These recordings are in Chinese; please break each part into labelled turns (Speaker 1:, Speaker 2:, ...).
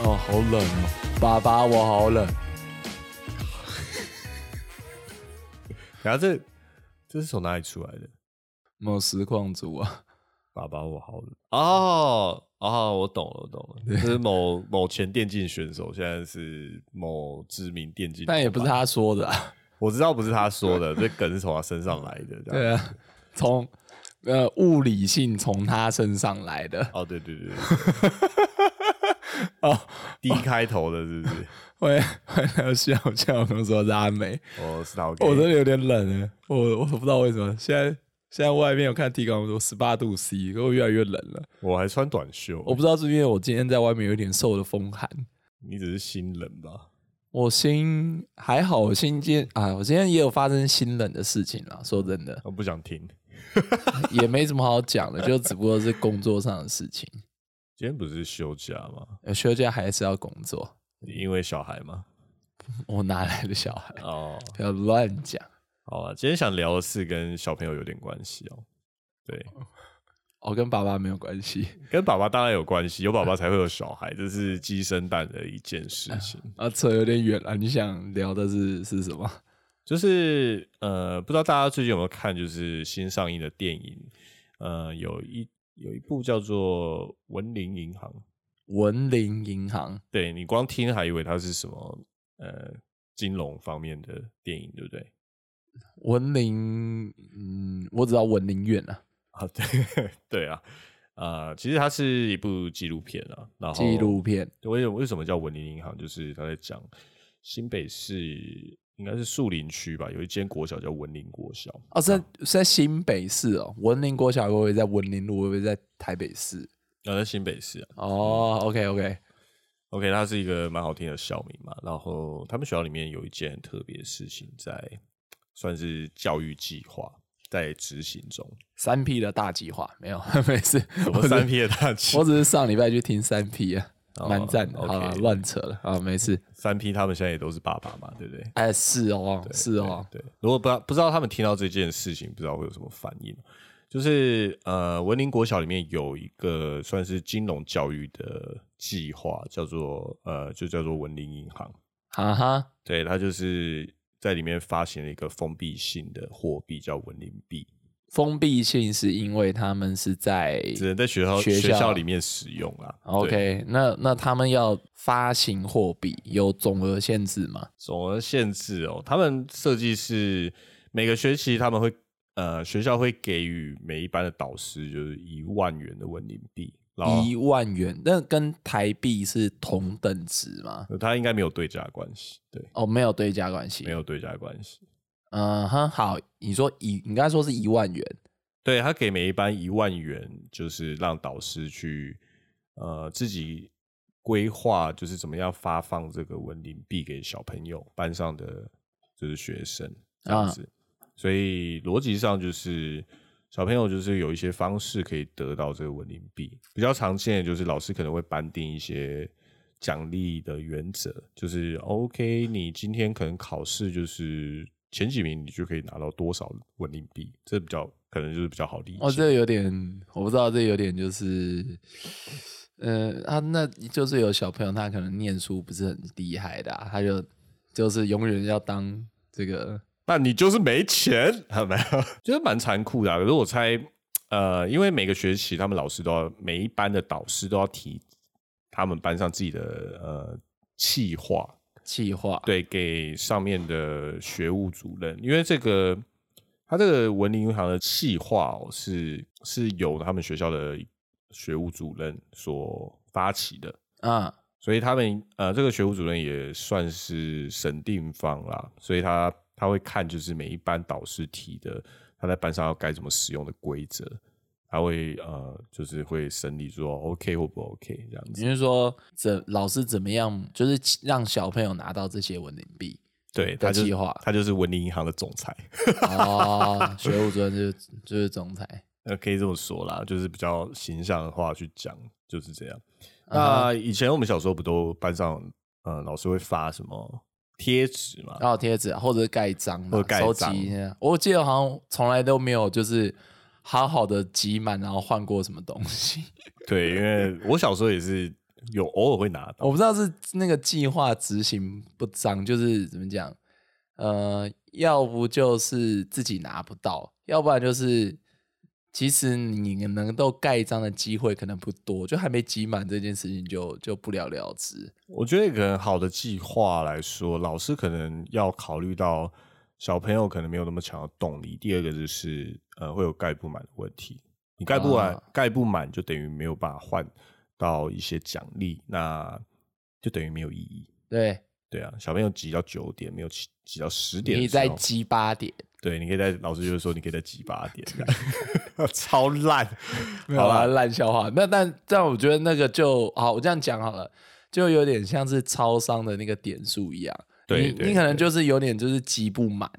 Speaker 1: 哦，好冷哦，爸爸，我好 冷。
Speaker 2: 然后这这是从哪里出来的？
Speaker 1: 某实况组 啊，
Speaker 2: 爸爸，我好冷。哦哦，我懂了，我懂了。这是某某前电竞选手，现在是某知名电竞，
Speaker 1: 但也不是，他说的、 啊。
Speaker 2: 我知道不是他说的，这梗是从他身上来的。这样
Speaker 1: 对啊，从呃物理性从他身上来的。
Speaker 2: 哦，对对对对，
Speaker 1: 哦，
Speaker 2: D 开头的是不是？
Speaker 1: 会会有笑笑跟我说是阿美，
Speaker 2: 哦，是他。我
Speaker 1: 我真的有点冷哎，我我不知道为什么现在。现在外面有看体感，我说十八度 C，可我越来越冷了。
Speaker 2: 我还穿短袖，
Speaker 1: 我不知道是因为我今天在外面有点受了风寒，
Speaker 2: 你只是心冷吧？
Speaker 1: 我心还好，我心今啊，我今天也有发生心冷的事情啦。说真的，
Speaker 2: 我不想听。
Speaker 1: 也没什么好讲的，就只不过是工作上的事情。
Speaker 2: 今天不是休假吗？
Speaker 1: 呃休假还是要工作，
Speaker 2: 因为小孩吗？
Speaker 1: 我哪来的小孩？
Speaker 2: 哦，
Speaker 1: 不要乱讲
Speaker 2: 好啊，今天想聊的事跟小朋友有点关系哦。对，
Speaker 1: 哦，跟爸爸没有关系
Speaker 2: 跟爸爸当然有关系，有爸爸才会有小孩，这是鸡生蛋的一件事情。
Speaker 1: 啊，扯有点远了。你想聊的是是什么？
Speaker 2: 就是呃，不知道大家最近有没有看，就是新上映的电影，呃，有一有一部叫做《文林银行》，
Speaker 1: 文林银行
Speaker 2: 对你光听还以为它是什么呃金融方面的电影，对不对？
Speaker 1: 文林，嗯，我只知道文林苑啊，
Speaker 2: 啊，对对 啊，啊，其实它是一部纪录片啊，然后
Speaker 1: 纪录片。
Speaker 2: 为为什么叫文林银行？就是他在讲新北市应该是树林区吧，有一间国小叫文林国小，
Speaker 1: 哦，是在是在新北市哦，文林国小会不会在文林路？会不会在台北市？
Speaker 2: 然后在新北市啊。
Speaker 1: 哦，OK OK，
Speaker 2: OK，它是一个蛮好听的校名嘛。然后他们学校里面有一件很特别的事情在，算是教育计划在执行中。
Speaker 1: 三 P 的大计划没有， 没事。
Speaker 2: 什
Speaker 1: 我
Speaker 2: 么
Speaker 1: 只
Speaker 2: 三 P 的大计
Speaker 1: 我？只是上礼拜去听三 P 啊，蛮赞的。
Speaker 2: OK
Speaker 1: 好了，乱扯了啊，没事。
Speaker 2: 三 P 他们现在也都是爸爸嘛，对不对？
Speaker 1: 哎，是哦，是哦，
Speaker 2: 对，如果不知道不知道他们听到这件事情，不知道会有什么反应。就是呃，文林国小里面有一个算是金融教育的计划，叫做呃，就叫做文林银行。
Speaker 1: 哈哈，
Speaker 2: 对，它就是在里面发行了一个封闭性的货币，叫文林币，
Speaker 1: 封闭性是因为他们是在
Speaker 2: 只能在学校
Speaker 1: 学校
Speaker 2: 校里面使用啦。对
Speaker 1: OK，那那他们要发行货币有总额限制吗？
Speaker 2: 总额限制哦，他们设计是每个学期他们会呃学校会给予每一班的导师就是一万元的文林币，然后
Speaker 1: 一万元，那跟台币是同等值吗？
Speaker 2: 呃他应该没有对价关系，对，
Speaker 1: 哦，没有对价关系，
Speaker 2: 没有对价关系。
Speaker 1: 嗯哼，好，你说一，你刚才说是一万元，
Speaker 2: 对他给每一班一万元，就是让导师去呃自己规划，就是怎么样发放这个文林币给小朋友班上的就是学生这样子。所以逻辑上就是小朋友就是有一些方式可以得到这个文林币，比较常见的就是老师可能会颁定一些。奖励的原则就是哦 OK，你今天可能考试就是前几名，你就可以拿到多少文林币，这比较可能就是比较好理解。
Speaker 1: 哦，这有点，我不知道，这有点就是，呃，啊，那就是有小朋友他可能念书不是很厉害的啊、他就就是永远要当这个，
Speaker 2: 那你就是没钱， 好没有？就是蛮残酷的、啊。可是我猜，呃，因为每个学期他们老师都要，每一班的导师都要提他们班上自己的呃计划，
Speaker 1: 气化，
Speaker 2: 对，给上面的学务主任，因为这个他这个文林银行的企划、哦、是是由他们学校的学务主任所发起的，
Speaker 1: 啊，
Speaker 2: 所以他们呃，这个学务主任也算是审定方啦，所以他他会看就是每一班导师提的，他在班上要该怎么使用的规则，他会呃就是会审理说 OK 或不 OK 这样
Speaker 1: 你
Speaker 2: 子。
Speaker 1: 是说怎老师怎么样，就是让小朋友拿到这些文林币？
Speaker 2: 对，
Speaker 1: 的
Speaker 2: 他就是
Speaker 1: 计划
Speaker 2: 他就是文林银行的总裁，
Speaker 1: 哦，学务主任就是就是总裁，
Speaker 2: 呃，可以这么说啦，就是比较形象的话去讲，就是这样。
Speaker 1: 啊
Speaker 2: 那以前我们小时候不都班上呃老师会发什么贴纸嘛？
Speaker 1: 然后贴纸或者是盖章嘛，
Speaker 2: 或者盖
Speaker 1: 收
Speaker 2: 章
Speaker 1: 集一下。我记得好像从来都没有就是好好的集满，然后换过什么东西。
Speaker 2: 对，因为我小时候也是有偶尔会拿到。
Speaker 1: 我不知道是那个计划执行不彰，就是怎么讲，呃，要不就是自己拿不到，要不然就是其实你能够盖章的机会可能不多，就还没挤满这件事情就就不了了之。
Speaker 2: 我觉得可能好的计划来说，老师可能要考虑到小朋友可能没有那么强的动力。第二个就是呃，会有盖不满的问题。你盖不完
Speaker 1: 啊，
Speaker 2: 盖、不满就等于没有办法换到一些奖励，那就等于没有意义。
Speaker 1: 对，
Speaker 2: 对啊，小朋友挤到九点，没有挤挤到十点的时候，
Speaker 1: 你在挤八点，
Speaker 2: 对，你可以在老师就是说你可以在挤八点， 超烂。
Speaker 1: 没有
Speaker 2: 好
Speaker 1: 啊，
Speaker 2: 啦，
Speaker 1: 烂笑话。那但但我觉得那个就好，我这样讲好了，就有点像是超商的那个点数一样。
Speaker 2: 对
Speaker 1: 你
Speaker 2: 对
Speaker 1: 你可能
Speaker 2: 对
Speaker 1: 就是有点就是集不满，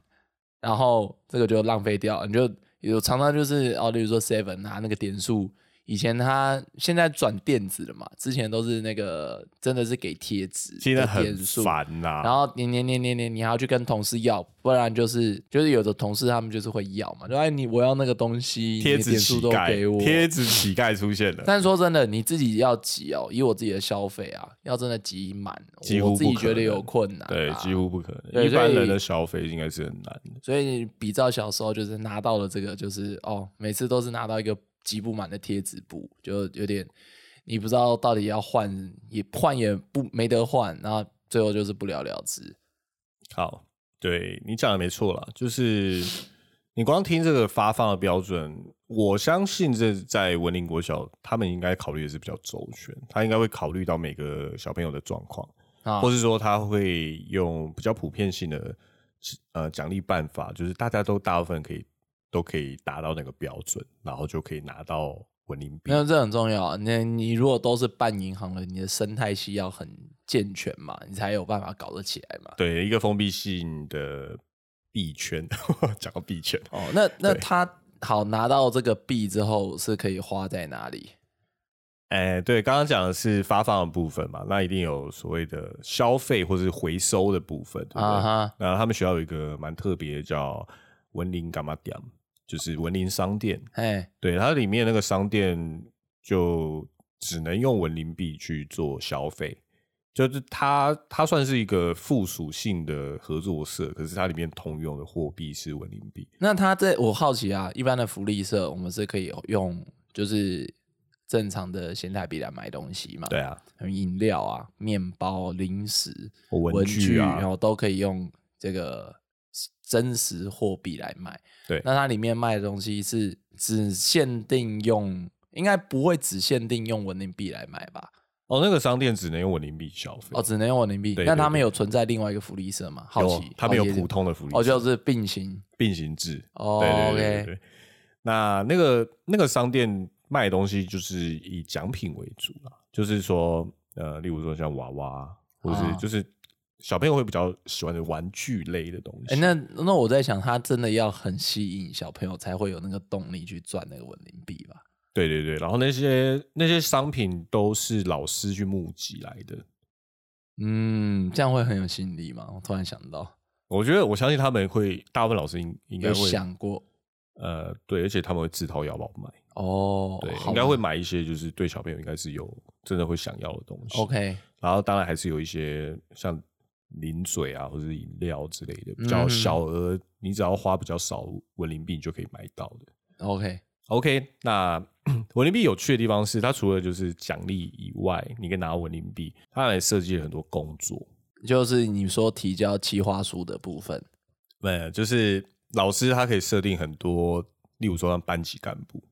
Speaker 1: 然后这个就浪费掉了。你就有常常就是哦，例如说 Seven 拿那个点数，以前他现在转电子了嘛，之前都是那个真的是给贴纸
Speaker 2: 现
Speaker 1: 的
Speaker 2: 在
Speaker 1: 点
Speaker 2: 很
Speaker 1: 数。
Speaker 2: 烦啊呐、
Speaker 1: 然后年年年年年，你还要去跟同事要，不然就是就是有的同事他们就是会要嘛，就哎你我要那个东西，
Speaker 2: 贴
Speaker 1: 你的
Speaker 2: 纸
Speaker 1: 点
Speaker 2: 乞
Speaker 1: 数都给
Speaker 2: 丐，
Speaker 1: 我，
Speaker 2: 贴纸乞丐出现了。
Speaker 1: 但说真的，你自己要挤哦，以我自己的消费啊，要真的挤满，
Speaker 2: 几
Speaker 1: 我
Speaker 2: 乎不
Speaker 1: 自
Speaker 2: 可
Speaker 1: 己
Speaker 2: 能
Speaker 1: 觉得有困难、
Speaker 2: 对，几。乎不可能。
Speaker 1: 对
Speaker 2: 一般
Speaker 1: 所以
Speaker 2: 人的消费应该是很难的。
Speaker 1: 所以比照小时候，就是拿到了这个，就是哦，每次都是拿到一个挤不满的贴纸布，就有点你不知道到底要换，也换也不没得换，然后最后就是不了了之。
Speaker 2: 好，对你讲的没错啦，就是你光听这个发放的标准，我相信这在文林国小他们应该考虑的是比较周全，他应该会考虑到每个小朋友的状况。
Speaker 1: 啊
Speaker 2: 或是说他会用比较普遍性的呃奖励办法，就是大家都大部分可以都可以达到那个标准，然后就可以拿到文林币
Speaker 1: 没。有，这很重要啊。那你如果都是办银行了，你的生态系要很健全嘛，你才有办法搞得起来嘛。
Speaker 2: 对，一个封闭性的币圈， 讲到币圈，
Speaker 1: 哦，那那
Speaker 2: 对
Speaker 1: 他好拿到这个币之后是可以花在哪里？
Speaker 2: 哎、对，刚刚讲的是发放的部分嘛，那一定有所谓的消费或是回收的部分，对不对？
Speaker 1: 啊哈，
Speaker 2: 那他们学校有一个蛮特别的叫文林干嘛店，就是文林商店，
Speaker 1: 哎，
Speaker 2: 对，它里面那个商店就只能用文林币去做消费，就是它它算是一个附属性的合作社，可是它里面通用的货币是文林币。
Speaker 1: 那他在我好奇啊，一般的福利社我们是可以用就是正常的现代币来买东西嘛？
Speaker 2: 对，啊，
Speaker 1: 饮料啊、面包、零食、
Speaker 2: 文具啊
Speaker 1: 然后都可以用这个真实货币来买。
Speaker 2: 对
Speaker 1: 那它里面卖的东西是只限定用，应该不会只限定用文林币来买吧？
Speaker 2: 哦，那个商店只能用文林币消费。
Speaker 1: 哦，只能用文林币。
Speaker 2: 对
Speaker 1: 那
Speaker 2: 对
Speaker 1: 他们
Speaker 2: 对
Speaker 1: 有存在另外一个福利社吗？好
Speaker 2: 有啊
Speaker 1: 奇，
Speaker 2: 它没有
Speaker 1: 好奇
Speaker 2: 普通的福利
Speaker 1: 哦，就
Speaker 2: 社
Speaker 1: 是并行。
Speaker 2: 并行制。
Speaker 1: 哦
Speaker 2: 对对
Speaker 1: o
Speaker 2: 对
Speaker 1: k
Speaker 2: 对对。那那个那个商店卖的东西就是以奖品为主啦，就是说呃，例如说像娃娃，或
Speaker 1: 啊
Speaker 2: 是就是小朋友会比较喜欢的玩具类的东西。
Speaker 1: 哎、那那我在想，他真的要很吸引小朋友，才会有那个动力去赚那个文林币吧？
Speaker 2: 对对对，然后那些那些商品都是老师去募集来的。
Speaker 1: 嗯，这样会很有吸引力吗？我突然想到，
Speaker 2: 我觉得我相信他们会，大部分老师应应该
Speaker 1: 有
Speaker 2: 会
Speaker 1: 想过
Speaker 2: 呃，对，而且他们会自掏腰包买，
Speaker 1: 哦，
Speaker 2: 对，
Speaker 1: 好
Speaker 2: 应该会
Speaker 1: 吧
Speaker 2: 买一些就是对小朋友应该是有真的会想要的东西。
Speaker 1: OK，
Speaker 2: 然后当然还是有一些像零嘴啊，或者是饮料之类的，比较
Speaker 1: 嗯
Speaker 2: 小额，你只要花比较少文林币，你就可以买到的。
Speaker 1: OK，
Speaker 2: OK，那 文林币有趣的地方是，它除了就是奖励以外，你可以拿文林币，它还设计了很多工作，
Speaker 1: 就是你说提交企划书的部分
Speaker 2: 呃，就是老师他可以设定很多，例如说像班级干部，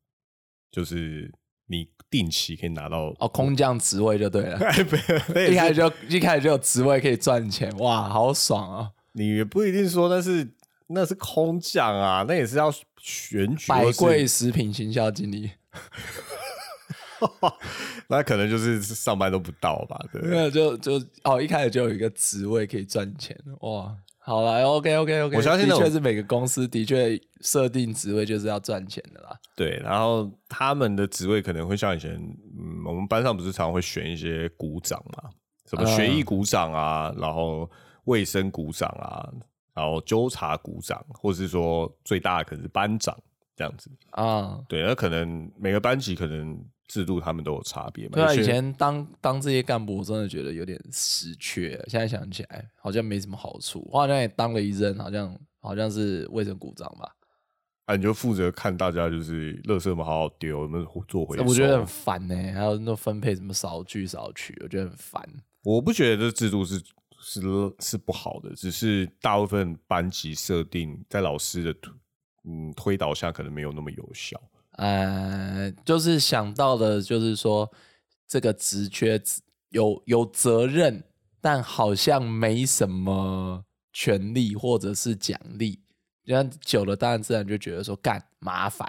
Speaker 2: 就是你定期可以拿到。
Speaker 1: 哦，空降职位就对了
Speaker 2: 哎，不那也
Speaker 1: 一
Speaker 2: 是
Speaker 1: 开始就一开始就有职位可以赚钱，哇，好爽 啊！
Speaker 2: 你也不一定说那是那是空降啊，那也是要选举
Speaker 1: 百
Speaker 2: 或是
Speaker 1: 贵食品行销经理，
Speaker 2: 那可能就是上班都不到吧，对不
Speaker 1: 没
Speaker 2: 对？
Speaker 1: 有就就哦，一开始就有一个职位可以赚钱，哇！好了，OK OK OK，
Speaker 2: 我相信
Speaker 1: 的
Speaker 2: 那种
Speaker 1: 确是每个公司的确设定职位就是要赚钱的啦。
Speaker 2: 对，然后他们的职位可能会像以前，嗯，我们班上不是常常会选一些股长嘛，什么
Speaker 1: 嗯
Speaker 2: 学艺股长啊，然后卫生股长啊，然后纠察股长，或是说最大的可能是班长这样子。
Speaker 1: 啊、
Speaker 2: 对，那可能每个班级可能制度他们都有差别嘛。
Speaker 1: 对啊，
Speaker 2: 有
Speaker 1: 以
Speaker 2: 些
Speaker 1: 前当当这些干部，我真的觉得有点失缺。现在想起来，好像没什么好处。我好像也当了一任，好像好像是卫生股长吧，
Speaker 2: 啊，你就负责看大家就是垃圾们好好丢，有没有做回收。啊
Speaker 1: 我觉得很烦呢、还有那分配什么少聚少取，我觉得很烦。
Speaker 2: 我不觉得这制度是是是不好的，只是大部分班级设定在老师的推嗯推导下，可能没有那么有效。
Speaker 1: 呃，就是想到的，就是说这个职缺只有有责任，但好像没什么权利或者是奖励。这样久了，当然自然就觉得说干麻烦，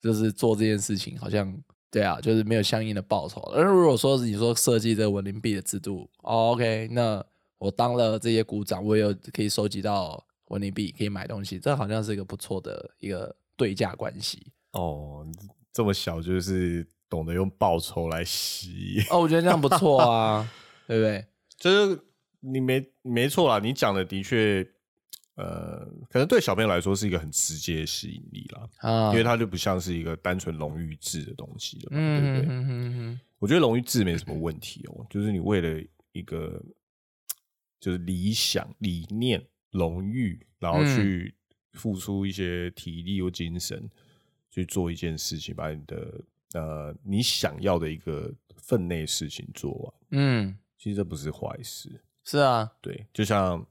Speaker 1: 就是做这件事情好像对啊，就是没有相应的报酬。而如果说是你说设计这个文林币的制度、哦、，OK，那我当了这些股长，我也有可以收集到文林币，可以买东西，这好像是一个不错的一个对价关系。
Speaker 2: 哦，这么小就是懂得用报酬来吸，
Speaker 1: 哦，我觉得这样不错啊，对不对？
Speaker 2: 就是你没没错啦，你讲的的确，呃，可能对小朋友来说是一个很直接的吸引力啦，
Speaker 1: 啊，
Speaker 2: 因为它就不像是一个单纯荣誉制的东西了嘛，对不
Speaker 1: 嗯
Speaker 2: 对？
Speaker 1: 嗯嗯
Speaker 2: 我觉得荣誉制没什么问题哦，就是你为了一个就是理想、理念、荣誉，然后去付出一些体力或精神去做一件事情，把你的呃你想要的一个分内事情做完，
Speaker 1: 嗯，
Speaker 2: 其实这不是坏事。
Speaker 1: 是啊，
Speaker 2: 对，就像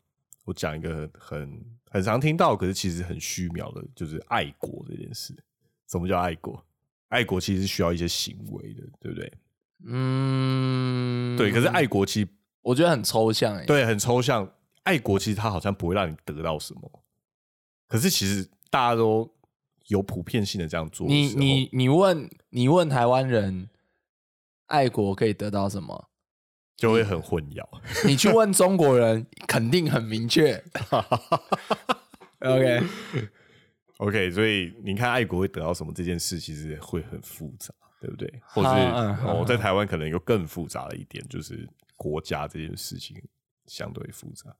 Speaker 2: 我讲一个很很常听到，可是其实很虚渺的，就是爱国这件事。什么叫爱国？爱国其实是需要一些行为的，对不对？
Speaker 1: 嗯，
Speaker 2: 对，可是爱国其实
Speaker 1: 我觉得很抽象哎、欸，，
Speaker 2: 对很抽象，爱国其实它好像不会让你得到什么，可是其实大家都有普遍性的这样做的
Speaker 1: 你
Speaker 2: 时候
Speaker 1: 你你问你问台湾人，爱国可以得到什 么？
Speaker 2: 就会很混淆。
Speaker 1: 你去问中国人，肯定很明 确。OK，
Speaker 2: OK，所以你看爱国会得到什么这件事，其实会很复杂，对不对？或是
Speaker 1: 啊啊
Speaker 2: 哦，在台湾可能又更复杂了一点，就是国家这件事情相对复杂。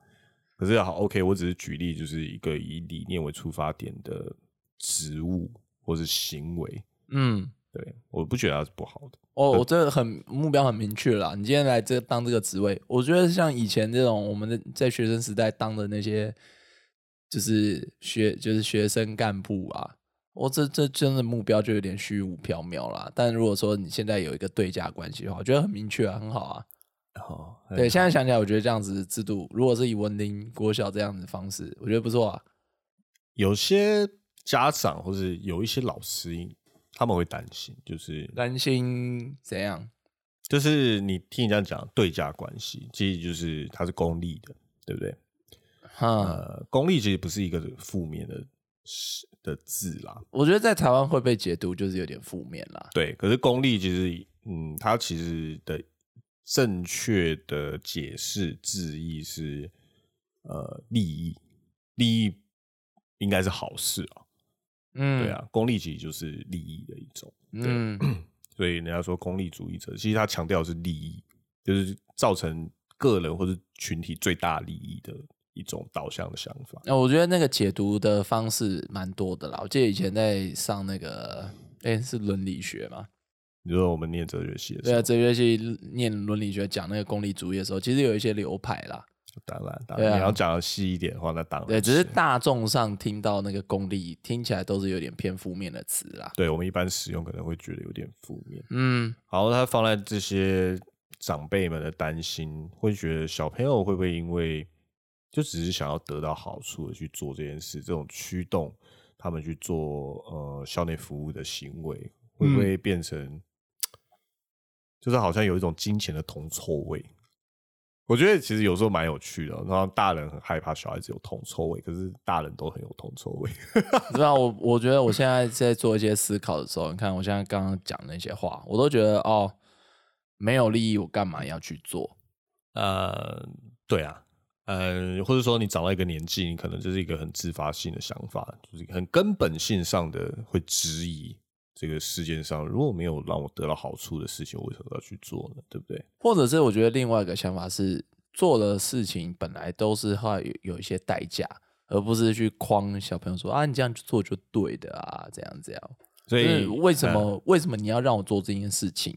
Speaker 2: 可是好，OK，我只是举例，就是一个以理念为出发点的职务或是行为，
Speaker 1: 嗯，
Speaker 2: 对，我不觉得它是不好的。
Speaker 1: 哦，我真的很目标很明确啦。你今天来这当这个职位，我觉得像以前这种我们的在学生时代当的那些，就是学就是学生干部啊，我这这真的目标就有点虚无缥缈啦。但如果说你现在有一个对价关系的话，我觉得很明确啊，很好啊。
Speaker 2: 哦，
Speaker 1: 对，现在想起来，我觉得这样子的制度，如果是以文林国小这样子的方式，我觉得不错啊。
Speaker 2: 有些家长或是有一些老师，他们会担心，就是
Speaker 1: 担心怎样？
Speaker 2: 就是你听人家讲对价关系，其实就是它是功利的，对不对？
Speaker 1: 哈，
Speaker 2: 呃，功利其实不是一个负面的的字啦，
Speaker 1: 我觉得在台湾会被解读就是有点负面啦。
Speaker 2: 对。可是功利其实，嗯，它其实的正确的解释字义是呃利益，利益应该是好事啊，
Speaker 1: 嗯，
Speaker 2: 对，啊，功利其实就是利益的一种。
Speaker 1: 嗯。
Speaker 2: 所以人家说功利主义者，其实他强调的是利益，就是造成个人或是群体最大利益的一种导向的想法。
Speaker 1: 那、我觉得那个解读的方式蛮多的啦。我记得以前在上那个，哎、是伦理学嘛？
Speaker 2: 你说我们念哲学系的时
Speaker 1: 对
Speaker 2: 候
Speaker 1: 啊，，哲学系念伦理学讲那个功利主义的时候，其实有一些流派啦。
Speaker 2: 当然，当
Speaker 1: 对
Speaker 2: 然，
Speaker 1: 啊
Speaker 2: 你要讲的细一点的话，那当然
Speaker 1: 对，只是大众上听到那个功利，听起来都是有点偏负面的词啦。
Speaker 2: 对我们一般使用可能会觉得有点负面。
Speaker 1: 嗯，
Speaker 2: 然后他放在这些长辈们的担心，会觉得小朋友会不会因为就只是想要得到好处而去做这件事，这种驱动他们去做呃校内服务的行为，会不会变成、就是好像有一种金钱的铜臭味？我觉得其实有时候蛮有趣的，然后大人很害怕小孩子有铜臭味，可是大人都很有铜臭味。
Speaker 1: 你知道啊我，我觉得我现在在做一些思考的时候，你看我现在刚刚讲那些话，我都觉得哦，没有利益，我干嘛要去做？
Speaker 2: 呃，对啊，呃，或者说你长到一个年纪，你可能就是一个很自发性的想法，就是很根本性上的会质疑这个世界上如果没有让我得到好处的事情，我为什么要去做呢？对不对？
Speaker 1: 或者是我觉得另外一个想法是，做的事情本来都是会有有一些代价，而不是去框小朋友说啊，你这样做就对的啊，这样这样。
Speaker 2: 所以
Speaker 1: 就是为什
Speaker 2: 呃
Speaker 1: 么、为什么你要让我做这件事情？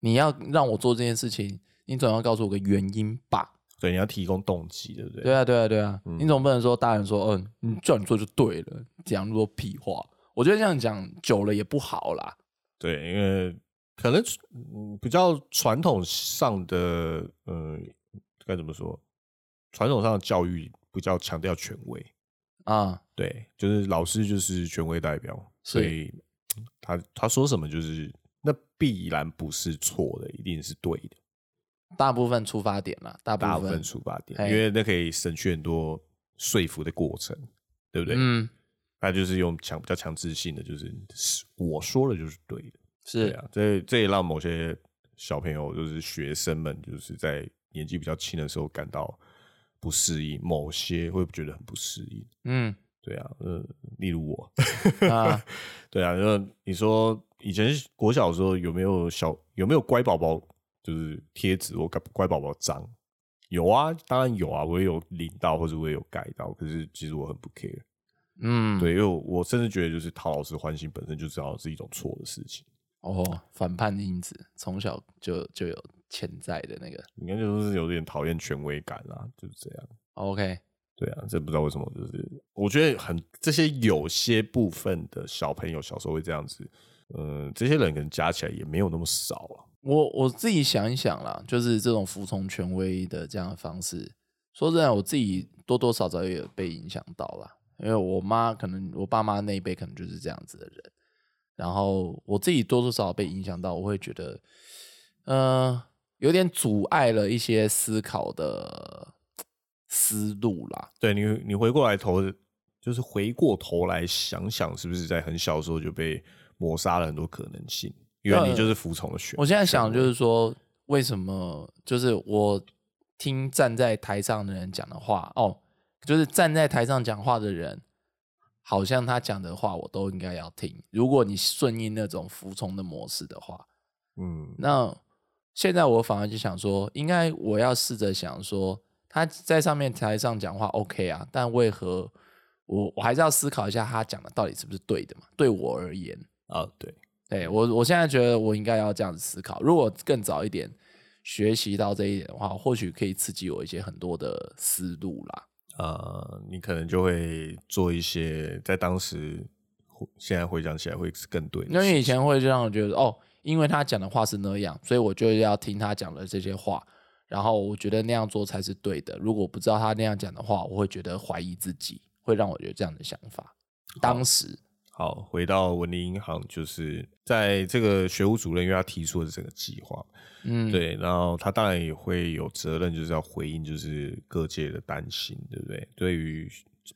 Speaker 1: 你要让我做这件事情，你总要告诉我个原因吧？
Speaker 2: 对你要提供动机，对不对？
Speaker 1: 对啊，对啊，对啊，
Speaker 2: 嗯
Speaker 1: 你总不能说大人说，嗯，你叫你做就对了，讲那么多屁话。我觉得这样讲久了也不好啦。
Speaker 2: 对，因为可能嗯比较传统上的，呃，该怎么说？传统上的教育比较强调权威，
Speaker 1: 啊、
Speaker 2: 对，就是老师就是权威代表，所
Speaker 1: 是
Speaker 2: 以嗯他他说什么就是那必然不是错的，一定是对的。
Speaker 1: 大部分出发点啦，大部
Speaker 2: 大部
Speaker 1: 分，
Speaker 2: 分出发点，
Speaker 1: 哎
Speaker 2: 因为那可以省去很多说服的过程，对不对？
Speaker 1: 嗯，
Speaker 2: 他就是用强比较强制性的，就是是我说了就是对的。对
Speaker 1: 是，
Speaker 2: 啊，这这也让某些小朋友，就是学生们，就是在年纪比较轻的时候感到不适应，某些会觉得很不适应。
Speaker 1: 嗯
Speaker 2: 对啊，呃，例如我，
Speaker 1: 啊，
Speaker 2: 对啊，那你说以前国小的时候有没有小有没有乖宝宝，就是贴纸或乖乖宝宝章？有啊，当然有啊，我也有领到或者我也有改到，可是其实我很不 care。
Speaker 1: 嗯，，
Speaker 2: 对，因为我我甚至觉得就是讨老师欢心本身就知道是一种错的事情，
Speaker 1: 哦，反叛因子从小就就有潜在的那个。
Speaker 2: 应该就是有点讨厌权威感啦，就是这样。
Speaker 1: OK，
Speaker 2: 对啊，这不知道为什么，就是我觉得很这些有些部分的小朋友小时候会这样子，嗯、这些人可能加起来也没有那么少啊了、
Speaker 1: 我我自己想一想啦，就是这种服从权威的这样的方式，说真的，我自己多多少少也有被影响到啦。因为我妈可能我爸妈那一辈可能就是这样子的人，然后我自己多多少少被影响到，我会觉得，呃，有点阻碍了一些思考的思路啦。
Speaker 2: 对你，你回过来头，就是回过头来想想，是不是在很小的时候就被抹杀了很多可能性？因为你就是服从了选。
Speaker 1: 呃我现在想
Speaker 2: 选
Speaker 1: 就
Speaker 2: 择
Speaker 1: 是说，为什么就是我听站在台上的人讲的话，哦，就是站在台上讲话的人，好像他讲的话我都应该要听。如果你顺应那种服从的模式的话，
Speaker 2: 嗯，
Speaker 1: 那现在我反而就想说，应该我要试着想说，他在上面台上讲话 OK 啊，但为何我我还是要思考一下他讲的到底是不是对的嘛？对我而言，
Speaker 2: 啊，对，
Speaker 1: 对我，我现在觉得我应该要这样子思考。如果更早一点学习到这一点的话，或许可以刺激我一些很多的思路啦。
Speaker 2: 呃，你可能就会做一些在当时，现在回想起来会是更对的事
Speaker 1: 因
Speaker 2: 情。
Speaker 1: 为以前会让我觉得，哦，因为他讲的话是那样，所以我就要听他讲的这些话，然后我觉得那样做才是对的。如果不知道他那样讲的话，我会觉得怀疑自己，会让我有这样的想法。当时，
Speaker 2: 好，回到文林银行，就是在这个学务主任，因为他提出了这个计划，
Speaker 1: 嗯，，
Speaker 2: 对，然后他当然也会有责任，就是要回应就是各界的担心，对不对？对于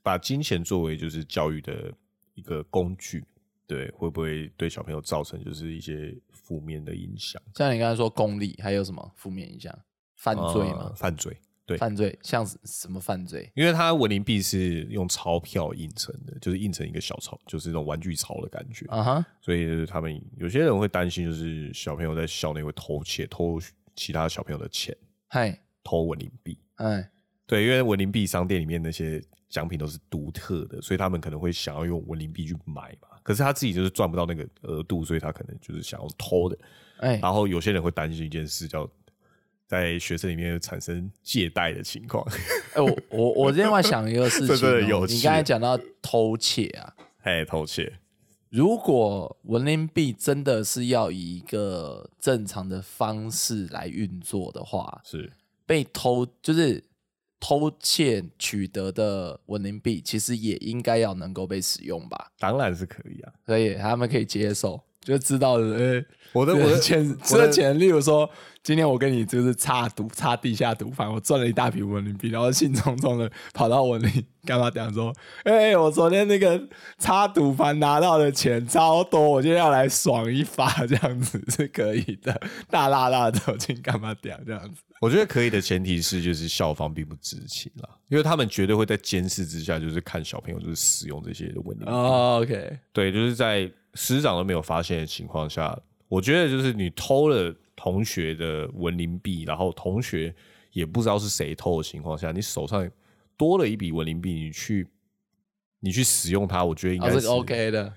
Speaker 2: 把金钱作为就是教育的一个工具，对，会不会对小朋友造成就是一些负面的影响？
Speaker 1: 像你刚才说功利，还有什么负面影响？犯罪
Speaker 2: 呃
Speaker 1: 嘛，
Speaker 2: 犯罪，对
Speaker 1: 犯罪像是什么犯罪？
Speaker 2: 因为他文林币是用钞票印成的，就是印成一个小钞，就是那种玩具钞的感觉
Speaker 1: 啊哈，
Speaker 2: 所以就是他们有些人会担心，就是小朋友在校内会偷窃、偷其他小朋友的钱、
Speaker 1: 嗨，
Speaker 2: 偷文林币。
Speaker 1: 哎，
Speaker 2: 对，因为文林币商店里面那些奖品都是独特的，所以他们可能会想要用文林币去买嘛。可是他自己就是赚不到那个额度，所以他可能就是想要偷的。
Speaker 1: 哎，
Speaker 2: 然后有些人会担心一件事，叫在学生里面产生借贷的情况。
Speaker 1: 哎、我我我另外想一个事情、
Speaker 2: 这
Speaker 1: 哦，
Speaker 2: 真的有
Speaker 1: 你
Speaker 2: 趣
Speaker 1: 刚才讲到偷窃啊，
Speaker 2: 哎，偷窃，
Speaker 1: 如果文林币真的是要以一个正常的方式来运作的话，
Speaker 2: 是
Speaker 1: 被偷就是偷窃取得的文林币，其实也应该要能够被使用吧？
Speaker 2: 当然是可以啊。
Speaker 1: 所以他们可以接受，就知道呃，
Speaker 2: 我的
Speaker 1: 这
Speaker 2: 我
Speaker 1: 个
Speaker 2: 的
Speaker 1: 钱
Speaker 2: 我的
Speaker 1: 这钱，例如说，今天我跟你就是擦赌擦地下赌盘，我赚了一大笔文林币，然后兴冲冲的跑到文林干嘛讲说，哎、我昨天那个擦赌盘拿到的钱超多，我今天要来爽一发，这样子是可以的，大大大走进干嘛讲这样子，
Speaker 2: 我觉得可以的前提是，就是校方并不知情啦，因为他们绝对会在监视之下，就是看小朋友就是使用这些的问题。
Speaker 1: 哦、o k
Speaker 2: 对，就是在师长都没有发现的情况下，我觉得就是你偷了同学的文林币，然后同学也不知道是谁偷的情况下，你手上多了一笔文林币，你去你去使用它，我觉得应该
Speaker 1: 哦，
Speaker 2: 是、
Speaker 1: 这个 OK 的，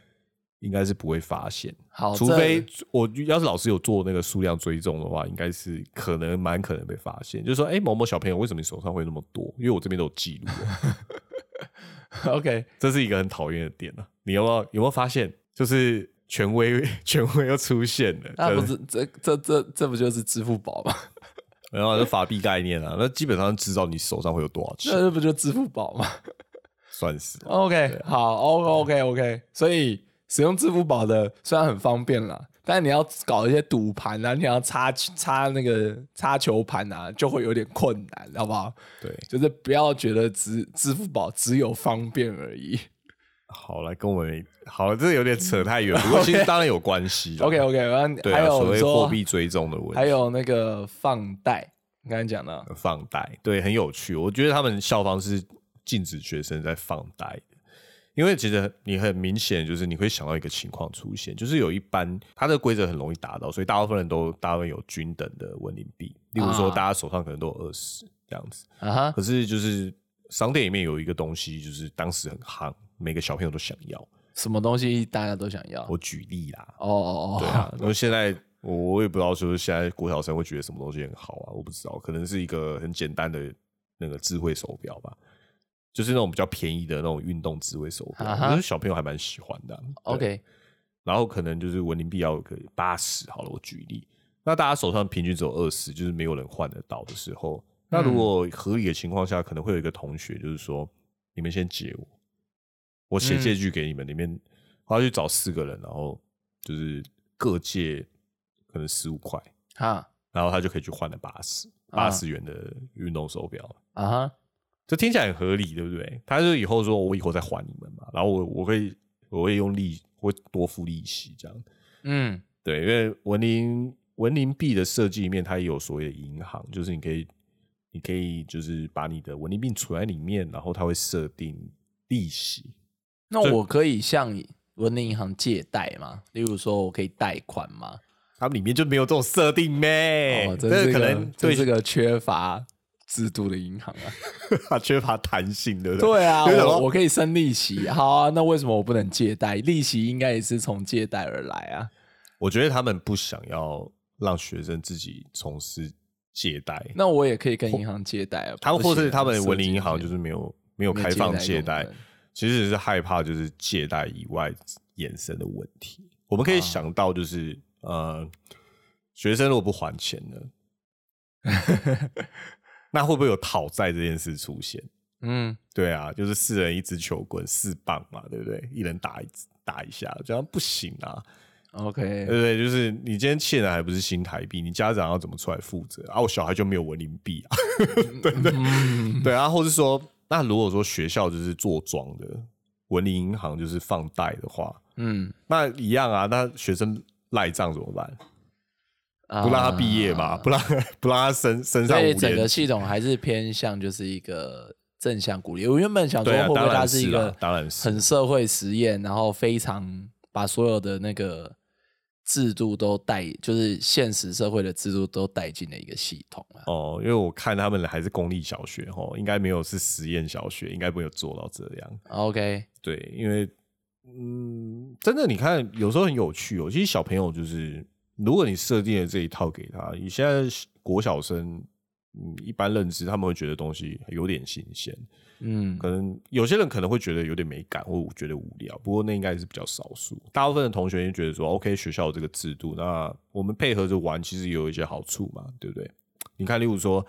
Speaker 2: 应该是不会发现。
Speaker 1: 好，
Speaker 2: 除
Speaker 1: 这
Speaker 2: 非我要是老师有做那个数量追踪的话，应该是可能蛮可能被发现，就是说，哎、某某小朋友为什么你手上会那么多？因为我这边都有记录哦，
Speaker 1: OK，
Speaker 2: 这是一个很讨厌的点啊。你有没有有没有发现，就是权威 权威又出现了？
Speaker 1: 那
Speaker 2: 真
Speaker 1: 不
Speaker 2: 的
Speaker 1: 是这这这这不就是支付宝吗？
Speaker 2: 然后就法币概念啊，那基本上知道你手上会有多少钱，
Speaker 1: 这不就支付宝吗
Speaker 2: 算是啊
Speaker 1: ？OK，好，OK，OK，OK，、所以使用支付宝的虽然很方便啦，但你要搞一些赌盘啊，你要插插那个插球盘啊，就会有点困难，好不好？
Speaker 2: 对。
Speaker 1: 就是不要觉得支支付宝只有方便而已。
Speaker 2: 好了，跟我们好了，这有点扯太远，不 过其实当然有关系啦
Speaker 1: 哦 OK，OK，、然后
Speaker 2: 对
Speaker 1: 还
Speaker 2: 啊，所
Speaker 1: 有
Speaker 2: 谓
Speaker 1: 说
Speaker 2: 货币追踪的问题，
Speaker 1: 还有那个放贷，你刚才讲的，
Speaker 2: 放贷，对，很有趣。我觉得他们校方是禁止学生在放贷的，因为其实你很明显就是你会想到一个情况出现，就是有一班它的规则很容易达到，所以大部分人都大部分有均等的文林币，例如说
Speaker 1: 啊
Speaker 2: 大家手上可能都有二十这样子，
Speaker 1: 啊哈，
Speaker 2: 可是就是商店里面有一个东西，就是当时很夯，每个小朋友都想要。
Speaker 1: 什么东西大家都想要？哦
Speaker 2: 我举例啦，
Speaker 1: 哦哦，
Speaker 2: 对啊，然后现在我我也不知道，就是现在国小生会觉得什么东西很好啊，我不知道，可能是一个很简单的那个智慧手表吧，就是那种比较便宜的那种运动智慧手表，
Speaker 1: 啊
Speaker 2: 我
Speaker 1: 哈
Speaker 2: 觉得小朋友还蛮喜欢的啊、对
Speaker 1: 哦 OK，
Speaker 2: 然后可能就是文林币要有个八十，好了，我举例，那大家手上平均只有二十，就是没有人换得到的时候，那如果合理的情况下，可能会有一个同学就是说，你们先借我，我写借据给你们，里面我要去找四个人，然后就是各借可能十五块，
Speaker 1: 哈
Speaker 2: 然后他就可以去换了八十
Speaker 1: 啊
Speaker 2: 八十元的运动手表，
Speaker 1: 啊哈，
Speaker 2: 这听起来很合理，对不对？他就以后说我以后再还你们嘛，然后我我会我会用利我会多付利息这样。
Speaker 1: 嗯
Speaker 2: 对，因为文林文林币的设计里面，它也有所谓的银行，就是你可以，你可以就是把你的文林币存在里面，然后它会设定利息。
Speaker 1: 那
Speaker 2: 所以
Speaker 1: 我可以向文林银行借贷吗？例如说，我可以贷款吗？
Speaker 2: 它们里面就没有这种设定咩？
Speaker 1: 哦，
Speaker 2: 哎这
Speaker 1: 这是
Speaker 2: 可
Speaker 1: 个
Speaker 2: 能
Speaker 1: 这
Speaker 2: 对
Speaker 1: 是个缺乏制度的银行啊。
Speaker 2: 它缺乏弹性， 对不对？哦
Speaker 1: 对啊，
Speaker 2: 有一种
Speaker 1: 我我可以生利息，好啊，那为什么我不能借贷？利息应该也是从借贷而来啊。
Speaker 2: 我觉得他们不想要让学生自己从事借贷，
Speaker 1: 那我也可以跟银行借贷啊，
Speaker 2: 他们
Speaker 1: 不行
Speaker 2: 或
Speaker 1: 啊
Speaker 2: 是他们文林银行
Speaker 1: 设计
Speaker 2: 就是没有没有
Speaker 1: 没有
Speaker 2: 开放
Speaker 1: 借
Speaker 2: 借
Speaker 1: 贷
Speaker 2: 贷
Speaker 1: 功能，
Speaker 2: 其实只是害怕就是借贷以外衍生的问题。我们可以想到就是、呃，学生如果不还钱呢， 那会不会有讨债这件事出现？
Speaker 1: 嗯，
Speaker 2: 对啊，就是四人一支球棍，四棒嘛，对不对？一人打一打一下，这样不行啊。对
Speaker 1: OK，
Speaker 2: 不对？就是你今天欠的还不是新台币，你家长要怎么出来负责啊？我小孩就没有文林币啊，
Speaker 1: 嗯
Speaker 2: 对不对？对啊，或是说，那如果说学校就是做庄的，文林银行就是放贷的话，
Speaker 1: 嗯，
Speaker 2: 那一样啊，那学生赖账怎么办？
Speaker 1: 啊
Speaker 2: 不让他毕业嘛，不让不让他身身上
Speaker 1: 所
Speaker 2: 无
Speaker 1: 以
Speaker 2: 颜
Speaker 1: 整个
Speaker 2: 值
Speaker 1: 系统还是偏向就是一个正向鼓励。我原本想说
Speaker 2: 对
Speaker 1: 会
Speaker 2: 啊
Speaker 1: 不会
Speaker 2: 当然
Speaker 1: 它一
Speaker 2: 是
Speaker 1: 个
Speaker 2: 啦当然是
Speaker 1: 很社会实验，然后非常把所有的那个制度都带，就是现实社会的制度都带进了一个系统啊。
Speaker 2: 哦，因为我看他们还是公立小学哦，应该没有是实验小学，应该没有做到这样。
Speaker 1: OK，
Speaker 2: 对，因为嗯，真的，你看有时候很有趣哦。其实小朋友就是，如果你设定了这一套给他，你现在国小生，嗯，一般认知他们会觉得东西有点新鲜，
Speaker 1: 嗯
Speaker 2: 可能有些人可能会觉得有点美感或觉得无聊，不过那应该是比较少数。大部分的同学就觉得说，OK，学校有这个制度，那我们配合着玩，其实也有一些好处嘛，对不对？你看，例如说，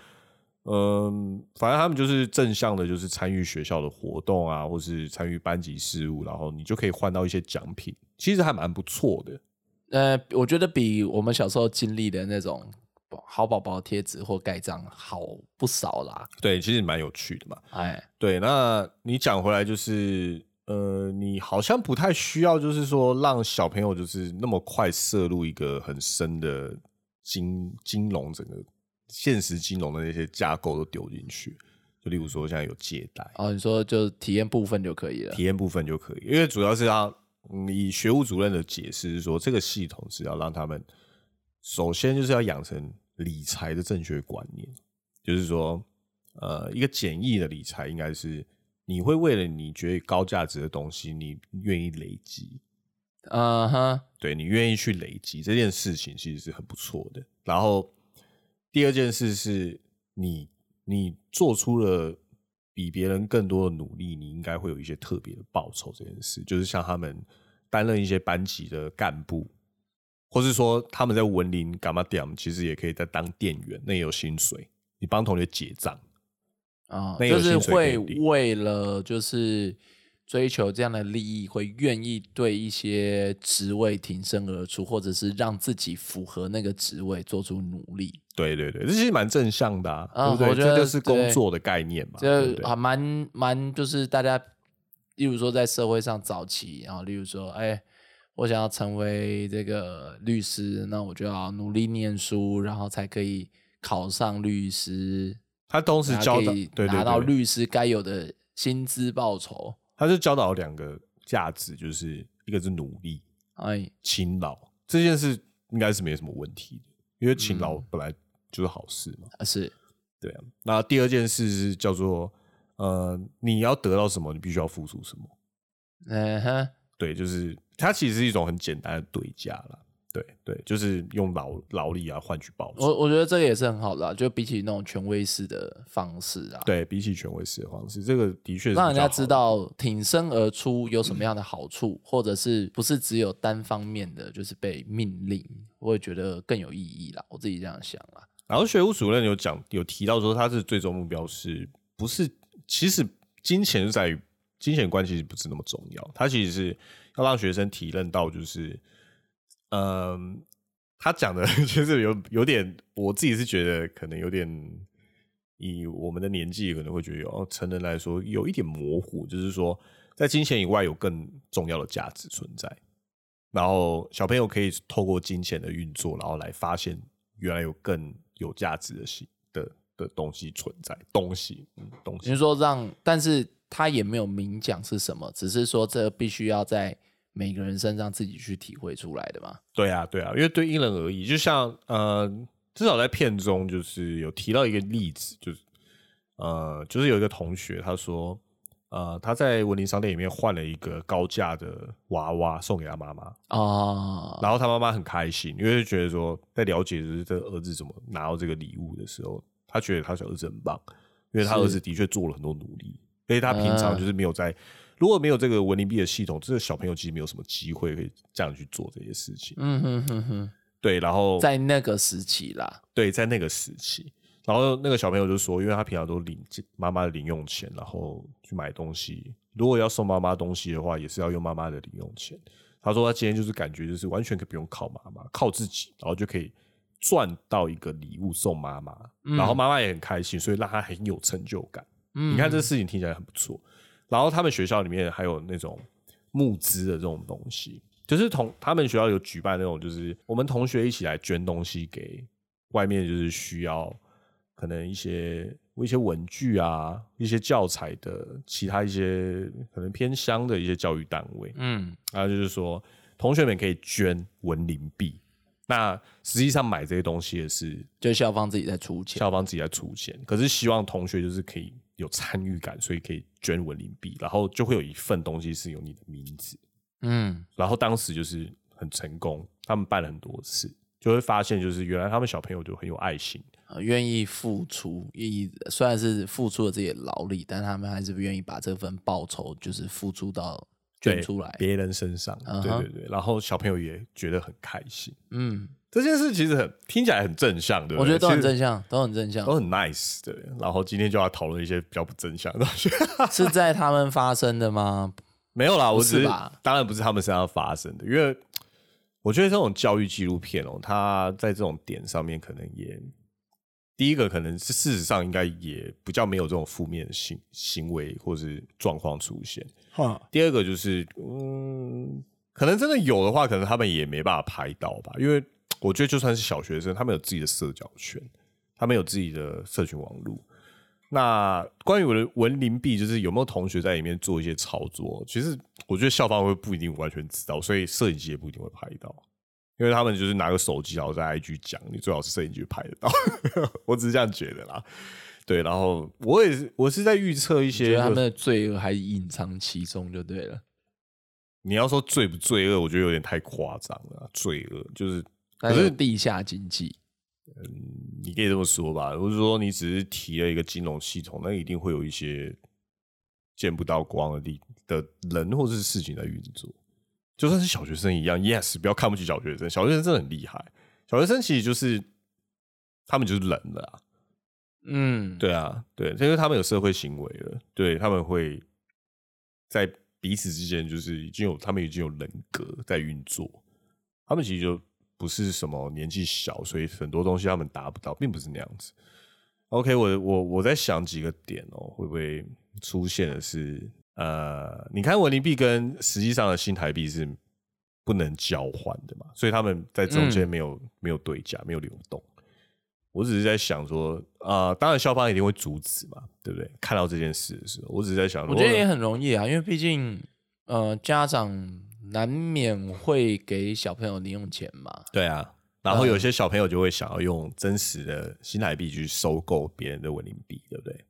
Speaker 2: 嗯，反正他们就是正向的，就是参与学校的活动啊，或是参与班级事务，然后你就可以换到一些奖品，其实还蛮不错的。
Speaker 1: 呃，我觉得比我们小时候经历的那种好宝宝贴纸或盖章好不少啦。
Speaker 2: 对，其实蛮有趣的嘛。
Speaker 1: 哎，
Speaker 2: 对，那你讲回来就是，呃，你好像不太需要，就是说让小朋友就是那么快摄入一个很深的金金融整个现实金融的那些架构都丢进去，就例如说现在有借贷
Speaker 1: 哦，你说就体验部分就可以了
Speaker 2: 体。验部分就可以，因为主要是要、嗯、以学务主任的解释是说，这个系统是要让他们首先就是要养成理财的正确观念，就是说，呃，一个简易的理财应该是你会为了你觉得高价值的东西，你愿意累积，
Speaker 1: 嗯哼，
Speaker 2: 对你愿意去累积这件事情，其实是很不错的。然后第二件事是你你做出了比别人更多的努力，你应该会有一些特别的报酬。这件事就是像他们担任一些班级的干部，或是说他们在文林干嘛点，其实也可以在当店员，那也有薪水。你帮同学结账，
Speaker 1: 啊、
Speaker 2: 那
Speaker 1: 就
Speaker 2: 有
Speaker 1: 是
Speaker 2: 薪水可以
Speaker 1: 会
Speaker 2: 领
Speaker 1: 为了就是追求这样的利益，会愿意对一些职位挺身而出，或者是让自己符合那个职位做出努力，
Speaker 2: 对对对，这其实蛮正向的、啊，
Speaker 1: 啊
Speaker 2: 对不
Speaker 1: 我
Speaker 2: 对？
Speaker 1: 觉得
Speaker 2: 这就是工
Speaker 1: 对
Speaker 2: 作的概念嘛，对不
Speaker 1: 这
Speaker 2: 对？
Speaker 1: 还蛮蛮就是大家，例如说在社会上早期，然后例如说，哎，我想要成为这个律师，那我就要努力念书，然后才可以考上律师，
Speaker 2: 他同时
Speaker 1: 然后
Speaker 2: 教
Speaker 1: 可
Speaker 2: 导，
Speaker 1: 以
Speaker 2: 对对
Speaker 1: 拿到
Speaker 2: 对，
Speaker 1: 律师该有的薪资报酬。
Speaker 2: 他就教导两个价值，就是一个是努力、
Speaker 1: 哎，
Speaker 2: 勤劳这件事，应该是没什么问题的，因为
Speaker 1: 嗯
Speaker 2: 勤劳本来就是好事嘛。
Speaker 1: 啊是
Speaker 2: 对啊，那第二件事是叫做呃，你要得到什么，你必须要付出什么。
Speaker 1: 嗯哼，
Speaker 2: 对，就是它其实是一种很简单的对价啦。对对，就是用劳劳力啊换取报酬。
Speaker 1: 我我觉得这个也是很好的、啊，就比起那种权威式的方式啊，，
Speaker 2: 对比起权威式的方式，这个的确是
Speaker 1: 让
Speaker 2: 比
Speaker 1: 人家
Speaker 2: 较好
Speaker 1: 知
Speaker 2: 的
Speaker 1: 道挺身而出有什么样的好处，或者是不是只有单方面的就是被命令，我也觉得更有意义啦。我自己这样想啦，
Speaker 2: 然后学务主任有讲有提到说，他是最终目标是不是？其实金钱是在于金钱观，其实不是那么重要。他其实是要让学生体认到，就是嗯，他讲的 就是有有点，我自己是觉得可能有点。以我们的年纪，可能会觉得哦，成人来说有一点模糊，就是说，在金钱以外有更重要的价值存在。然后小朋友可以透过金钱的运作，然后来发现原来有更有价值的西的的东西存在，东西，嗯，东
Speaker 1: 你
Speaker 2: 西，
Speaker 1: 是说让，但是他也没有明讲是什么，只是说这必须要在每个人身上自己去体会出来的嘛。
Speaker 2: 对啊，对啊，因为对因人而异，就像呃，至少在片中就是有提到一个例子，就是呃，就是有一个同学他说，呃，他在文林商店里面换了一个高价的娃娃送给他妈妈，
Speaker 1: 哦，
Speaker 2: 然后他妈妈很开心，因为觉得说在了解就是这个儿子怎么拿到这个礼物的时候，他觉得他小儿子很棒，因为他
Speaker 1: 是
Speaker 2: 儿子的确做了很多努力，而且他平常就是没有在、如果没有这个文林币的系统，这个小朋友其实没有什么机会可以这样去做这些事情。
Speaker 1: 嗯哼哼哼，
Speaker 2: 对，然后
Speaker 1: 在那个时期啦，
Speaker 2: 对在那个时期，然后那个小朋友就说，因为他平常都领妈妈的零用钱，然后去买东西，如果要送妈妈东西的话，也是要用妈妈的零用钱。他说他今天就是感觉就是完全可以不用靠妈妈，靠自己，然后就可以赚到一个礼物送妈妈，
Speaker 1: 嗯
Speaker 2: 然后妈妈也很开心，所以让他很有成就感。
Speaker 1: 嗯，
Speaker 2: 你看这事情听起来很不错。然后他们学校里面还有那种募资的这种东西，就是同他们学校有举办那种，就是我们同学一起来捐东西给外面，就是需要可能一些一些文具啊、一些教材的其他一些可能偏乡的一些教育单位，
Speaker 1: 嗯，
Speaker 2: 然后就是说同学们可以捐文林币。那实际上买这些东西的是
Speaker 1: 就校方自己在出钱。
Speaker 2: 校方自己在啊出钱，可是希望同学就是可以有参与感，所以可以捐文林币，然后就会有一份东西是有你的名字。
Speaker 1: 嗯，
Speaker 2: 然后当时就是很成功，他们办了很多次，就会发现就是原来他们小朋友就很有爱心，
Speaker 1: 呃愿意付出，愿意虽然是付出了自己的劳力，但他们还是不愿意把这份报酬就是付出到捐
Speaker 2: 对
Speaker 1: 出来。
Speaker 2: 别人身上，
Speaker 1: 嗯
Speaker 2: 对
Speaker 1: 哼
Speaker 2: 对对，然后小朋友也觉得很开心。
Speaker 1: 嗯，
Speaker 2: 这件事其实很听起来很正向，对不对？
Speaker 1: 我觉得都很
Speaker 2: 其实哦
Speaker 1: 正向，都很正向
Speaker 2: 都，很 nice，对。然后今天就要讨论一些比较不正向的东西。
Speaker 1: 是在他们发生的 吗？
Speaker 2: 没有啦，我
Speaker 1: 不
Speaker 2: 只
Speaker 1: 是
Speaker 2: 是
Speaker 1: 吧
Speaker 2: 当然不是他们身上发生的，因为我觉得这种教育纪录片哦，它在这种点上面可能也第一个可能是事实上应该也比较没有这种负面行行为或是状况出现。第二个就是，嗯，可能真的有的话，可能他们也没办法拍到吧，因为我觉得就算是小学生，他们有自己的社交圈，他们有自己的社群网络。那关于我的文林币，就是有没有同学在里面做一些操作？其实我觉得校方会不一定完全知道，所以摄影机也不一定会拍到，因为他们就是拿个手机，然后在 IG 讲，你最好是摄影机拍得到。 我只是这样觉得啦。对，然后我也是，我是在预测一
Speaker 1: 觉
Speaker 2: 些
Speaker 1: 得他
Speaker 2: 就
Speaker 1: 们的罪恶还隐藏其中就对了。
Speaker 2: 你要说罪不罪恶，我觉得有点太夸张了啊。罪恶就是，
Speaker 1: 但
Speaker 2: 可是
Speaker 1: 有地下经济，
Speaker 2: 你可以这么说吧。我是说，你只是提了一个金融系统，那一定会有一些见不到光的地的人或是事情在运作。就算是小学生一样，yes，不要看不起小学生，小学生真的很厉害。小学生其实就是他们就是人了啊，
Speaker 1: 嗯，，
Speaker 2: 对啊，对，因为他们有社会行为了，对他们会在彼此之间就是已经有他们已经有人格在运作，他们其实就不是什么年纪小，所以很多东西他们达不到，并不是那样子。OK，我我我在想几个点哦、会不会出现的是呃，你看文林币跟实际上的新台币是不能交换的嘛，所以他们在中间没有、没有对价，没有流动。我只是在想说，啊、当然校方一定会阻止嘛，对不对？看到这件事的时候，我只是在想，
Speaker 1: 我觉得也很容易啊，因为毕竟呃，家长难免会给小朋友零用钱嘛，
Speaker 2: 对啊，然
Speaker 1: 嗯
Speaker 2: 后有些小朋友就会想要用真实的新台币去收购别人的文林币，对不对？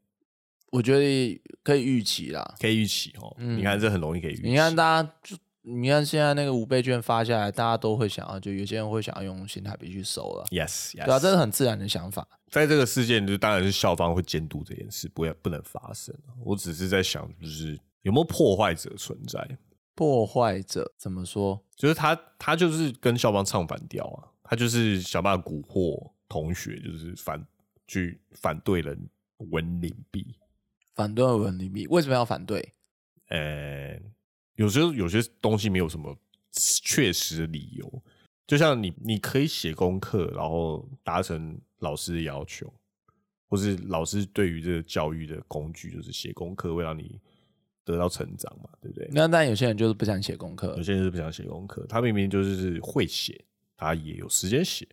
Speaker 1: 我觉得可以预期啦。
Speaker 2: 可以预期哦，
Speaker 1: 嗯
Speaker 2: 你看这很容易可以预期。
Speaker 1: 你看大家就。你看现在那个五倍券发下来，大家都会想要，就有些人会想要用新台币去收了，
Speaker 2: ，yes，, yes
Speaker 1: 对啊，这是很自然的想法。
Speaker 2: 在这个事件，就当然是校方会监督这件事，不要不能发生。啊我只是在想，就是有没有破坏者存在，
Speaker 1: 破坏者怎么说？
Speaker 2: 就是他他就是跟校方唱反调啊，他就是想办法蛊惑同学，就是反去反对人文林币。
Speaker 1: 反对文林币为什么要反对？
Speaker 2: 呃，有时候有些东西没有什么确实的理由，就像你你可以写功课，然后达成老师的要求，或是老师对于这个教育的工具，就是写功课会让你得到成长嘛，对不对？
Speaker 1: 那但有些人就是不想写功课
Speaker 2: 有，些人是不想写功课，他明明就是会写，他也有时间写，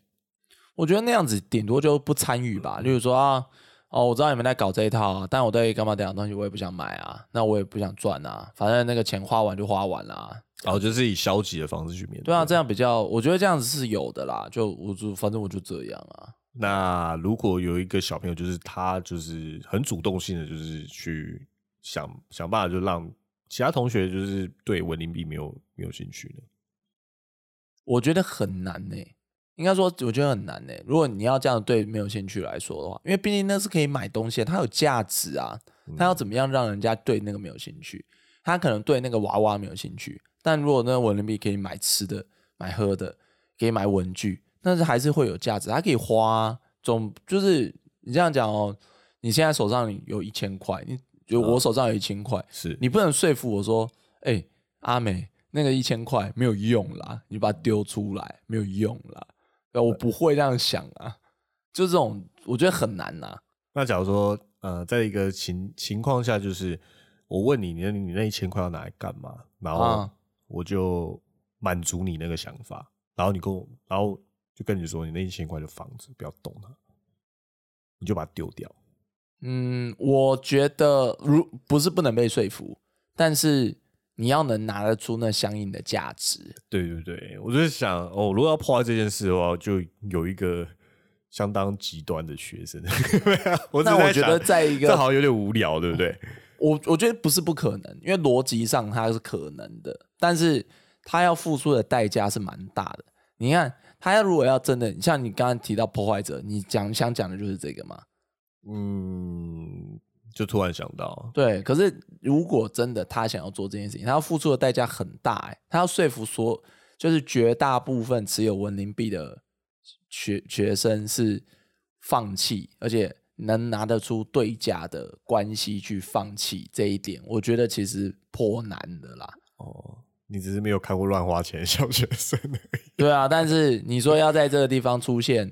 Speaker 1: 我觉得那样子顶多就不参与吧。例如说啊，哦，我知道你们在搞这一套、啊，但我对干嘛这样的东西我也不想买啊，那我也不想赚啊，反正那个钱花完就花完啦、
Speaker 2: 然后哦就是以消极的方式去面对。
Speaker 1: 对啊，这样比较，我觉得这样子是有的啦。就我就反正我就这样啊，
Speaker 2: 那如果有一个小朋友，就是他就是很主动性的，就是去想想办法，就让其他同学就是对文林币没有没有兴趣的，
Speaker 1: 我觉得很难呢、应该说，我觉得很难呢、如果你要这样对没有兴趣来说的话，因为毕竟那是可以买东西的，它有价值啊。他要怎么样让人家对那个没有兴趣？他可能对那个娃娃没有兴趣，但如果那个文人币可以买吃的、买喝的，可以买文具，但是还是会有价值。它可以花啊、总就是你这样讲哦，你现在手上有一千块，你就我手上有一千块，
Speaker 2: 是
Speaker 1: 你不能说服我说，哎、阿美那个一千块没有用啦，你把它丢出来没有用啦。对啊我不会这样想啊，就这种我觉得很难啊呐、
Speaker 2: 那假如说呃，在一个情情况下，就是我问你，你那你那一千块要拿来干嘛？然后
Speaker 1: 啊
Speaker 2: 我就满足你那个想法，然后你跟我，然后就跟你说，你那一千块就放着，不要动它，你就把它丢掉。
Speaker 1: 嗯，我觉得如不是不能被说服，但是你要能拿得出那相应的价值。
Speaker 2: 对对对，我就是想哦，如果要破坏这件事的话，就有一个相当极端的学生。 没有我只
Speaker 1: 那
Speaker 2: 是
Speaker 1: 我
Speaker 2: 在
Speaker 1: 觉
Speaker 2: 想
Speaker 1: 得在一
Speaker 2: 这好
Speaker 1: 个
Speaker 2: 像有点无聊，对不对？
Speaker 1: 我我觉得不是不可能，因为逻辑上它是可能的，但是它要付出的代价是蛮大的。你看，他要如果要真的像你刚刚提到破坏者，你讲想讲的就是这个嘛？
Speaker 2: 嗯，就突然想到，
Speaker 1: 对。可是如果真的他想要做这件事情，他要付出的代价很大、欸，他要说服所就是绝大部分持有文林币的学学生是放弃，而且能拿得出对价的关系去放弃这一点，我觉得其实颇难的啦。
Speaker 2: 哦，你只是没有看过乱花钱的小学生而已。
Speaker 1: 对啊，但是你说要在这个地方出现，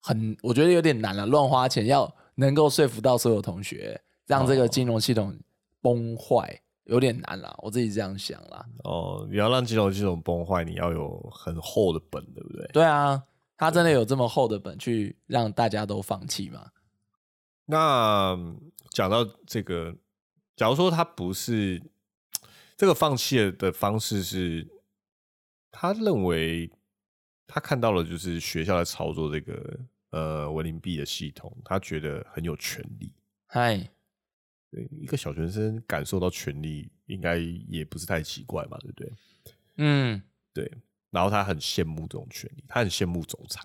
Speaker 1: 很我觉得有点难了、乱花钱要能够说服到所有同学，让这个金融系统崩坏，有点难了、我自己这样想啦。
Speaker 2: 哦，你要让金融系统崩坏，你要有很厚的本，对不对？
Speaker 1: 对啊，他真的有这么厚的本去让大家都放弃吗？
Speaker 2: 那嗯讲到这个，假如说他不是这个放弃的方式是，他认为他看到了就是学校在操作这个呃文林币的系统，他觉得很有权利，
Speaker 1: 嗨，
Speaker 2: 对一个小学生感受到权力，应该也不是太奇怪嘛，对不对？
Speaker 1: 嗯，
Speaker 2: 对，然后他很羡慕这种权利，他很羡慕总裁，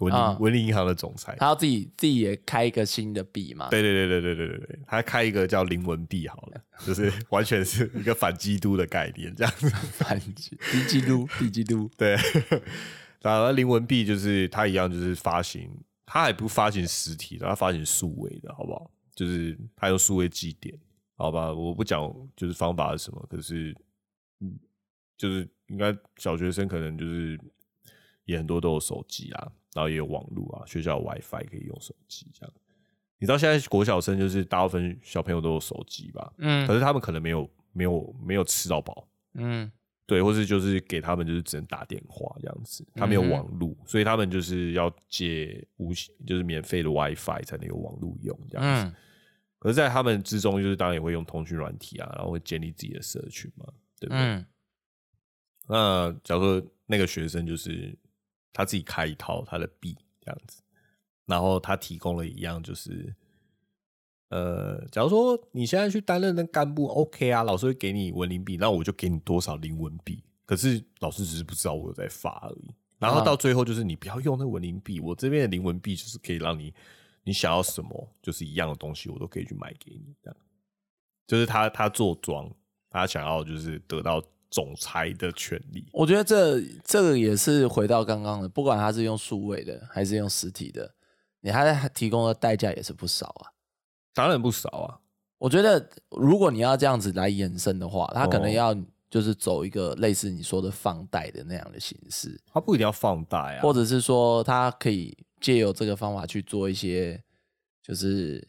Speaker 2: 文林、
Speaker 1: 啊
Speaker 2: 文林银行的总裁。
Speaker 1: 他要自己自己也开一个新的币嘛，
Speaker 2: 对对对对对对对对，他开一个叫林文币好了，就是完全是一个反基督的概念这样子。
Speaker 1: 反 击，低基督，低基督，
Speaker 2: 对，然后林文币就是他一样，就是发行，他还不发行实体的，他发行数位的，好不好？就是他用数位祭奠，好吧？我不讲就是方法是什么，可是，嗯，就是应该小学生可能就是也很多都有手机啊，然后也有网络啊，学校有 WiFi 可以用手机这样。你知道现在国小生就是大部分小朋友都有手机吧？可
Speaker 1: 嗯
Speaker 2: 是他们可能没有没有没有吃到饱，
Speaker 1: 嗯
Speaker 2: 对，或是就是给他们就是只能打电话这样子，他没有
Speaker 1: 嗯哼
Speaker 2: 网络，所以他们就是要借无就是免费的 WiFi 才能有网络用这样子。
Speaker 1: 嗯
Speaker 2: 可是，在他们之中，就是当然也会用通讯软体啊，然后会建立自己的社群嘛，对不对？
Speaker 1: 嗯
Speaker 2: 那假如说那个学生就是他自己开一套他的币这样子，然后他提供了一样就是，呃，假如说你现在去担任那干部，OK 啊，老师会给你文林币，那我就给你多少零文币。可是老师只是不知道我有在发而已。然后
Speaker 1: 啊
Speaker 2: 到最后就是你不要用那文林币，我这边的零文币就是可以让你你想要什么，就是一样的东西我都可以去买给你这样。就是他他做庄，他想要就是得到总裁的权利。
Speaker 1: 我觉得这这个也是回到刚刚的，不管他是用数位的还是用实体的，你还提供的代价也是不少啊。
Speaker 2: 当然不少啊，
Speaker 1: 我觉得如果你要这样子来延伸的话，他可能
Speaker 2: 哦
Speaker 1: 要就是走一个类似你说的放贷的那样的形式，
Speaker 2: 他不一定要放大呀、
Speaker 1: 或者是说他可以借由这个方法去做一些就是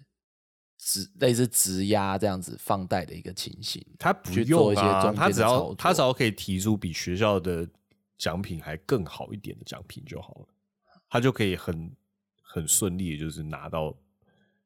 Speaker 1: 质类似质押这样子放贷的一个情形。
Speaker 2: 他不
Speaker 1: 去
Speaker 2: 用
Speaker 1: 做一些
Speaker 2: 啊，
Speaker 1: 中间
Speaker 2: 他
Speaker 1: 的
Speaker 2: 只
Speaker 1: 操
Speaker 2: 要
Speaker 1: 作
Speaker 2: 他只要可以提出比学校的奖品还更好一点的奖品就好了，他就可以很很顺利，就是拿到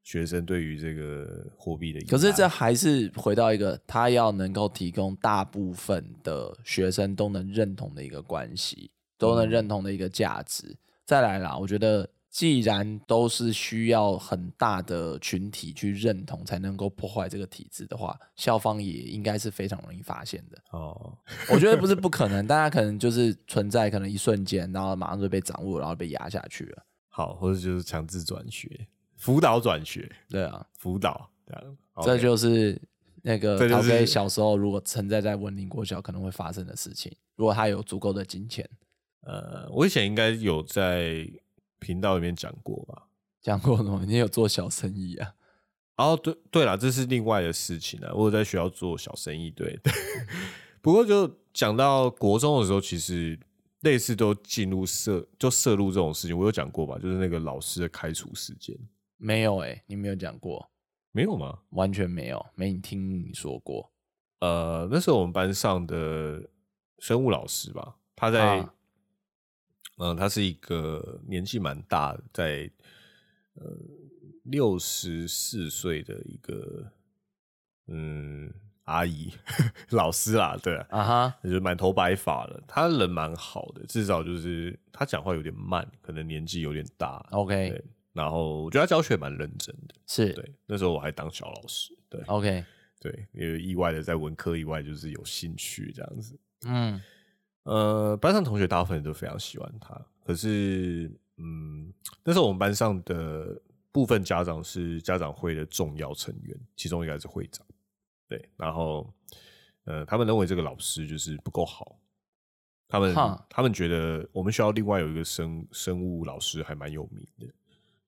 Speaker 2: 学生对于这个货币的依赖。
Speaker 1: 可是这还是回到一个他要能够提供大部分的学生都能认同的一个关系，都能认同的一个价值。再来啦，我觉得既然都是需要很大的群体去认同才能够破坏这个体制的话，校方也应该是非常容易发现的。
Speaker 2: 哦，
Speaker 1: 我觉得不是不可能，但它可能就是存在可能一瞬间，然后马上就被掌握，然后被压下去了。
Speaker 2: 好，或者就是强制转学、辅导转学、
Speaker 1: 对啊，
Speaker 2: 辅导这样。
Speaker 1: 这
Speaker 2: OK
Speaker 1: 就是那
Speaker 2: 这
Speaker 1: 个
Speaker 2: 就
Speaker 1: 陶
Speaker 2: 是
Speaker 1: 飞小时候如果存在在文林国小可能会发生的事情。如果他有足够的金钱，
Speaker 2: 呃，我以前应该有在频道里面讲过吧。
Speaker 1: 讲过什么？你有做小生意啊？
Speaker 2: 哦，对对啦，这是另外的事情了。我有在学校做小生意，对。 对不过就讲到国中的时候，其实类似都进入涉就涉入这种事情，我有讲过吧？就是那个老师的开除事件，
Speaker 1: 没有哎、你没有讲过，
Speaker 2: 没有吗？
Speaker 1: 完全没有，没听你说过。
Speaker 2: 呃，那时候我们班上的生物老师吧，他在，嗯、
Speaker 1: 啊
Speaker 2: 他是一个年纪蛮大的，在呃六十四岁的一个嗯阿姨 老师啦，对啊
Speaker 1: 啊哈，
Speaker 2: 就是满头白发了。他人蛮好的，至少就是他讲话有点慢，可能年纪有点大。
Speaker 1: 哦，OK，
Speaker 2: 对，然后我觉得他教学蛮认真的。
Speaker 1: 是
Speaker 2: 对，那时候我还当小老师。对，
Speaker 1: OK，
Speaker 2: 对，也有意外的在文科以外就是有兴趣这样子。
Speaker 1: 嗯
Speaker 2: 呃，班上同学大部分人都非常喜欢他，可是，嗯，那时候我们班上的部分家长是家长会的重要成员，其中一个还是会长。对，然后，呃，他们认为这个老师就是不够好，他们
Speaker 1: 哈
Speaker 2: 他们觉得我们学校另外有一个生生物老师还蛮有名的，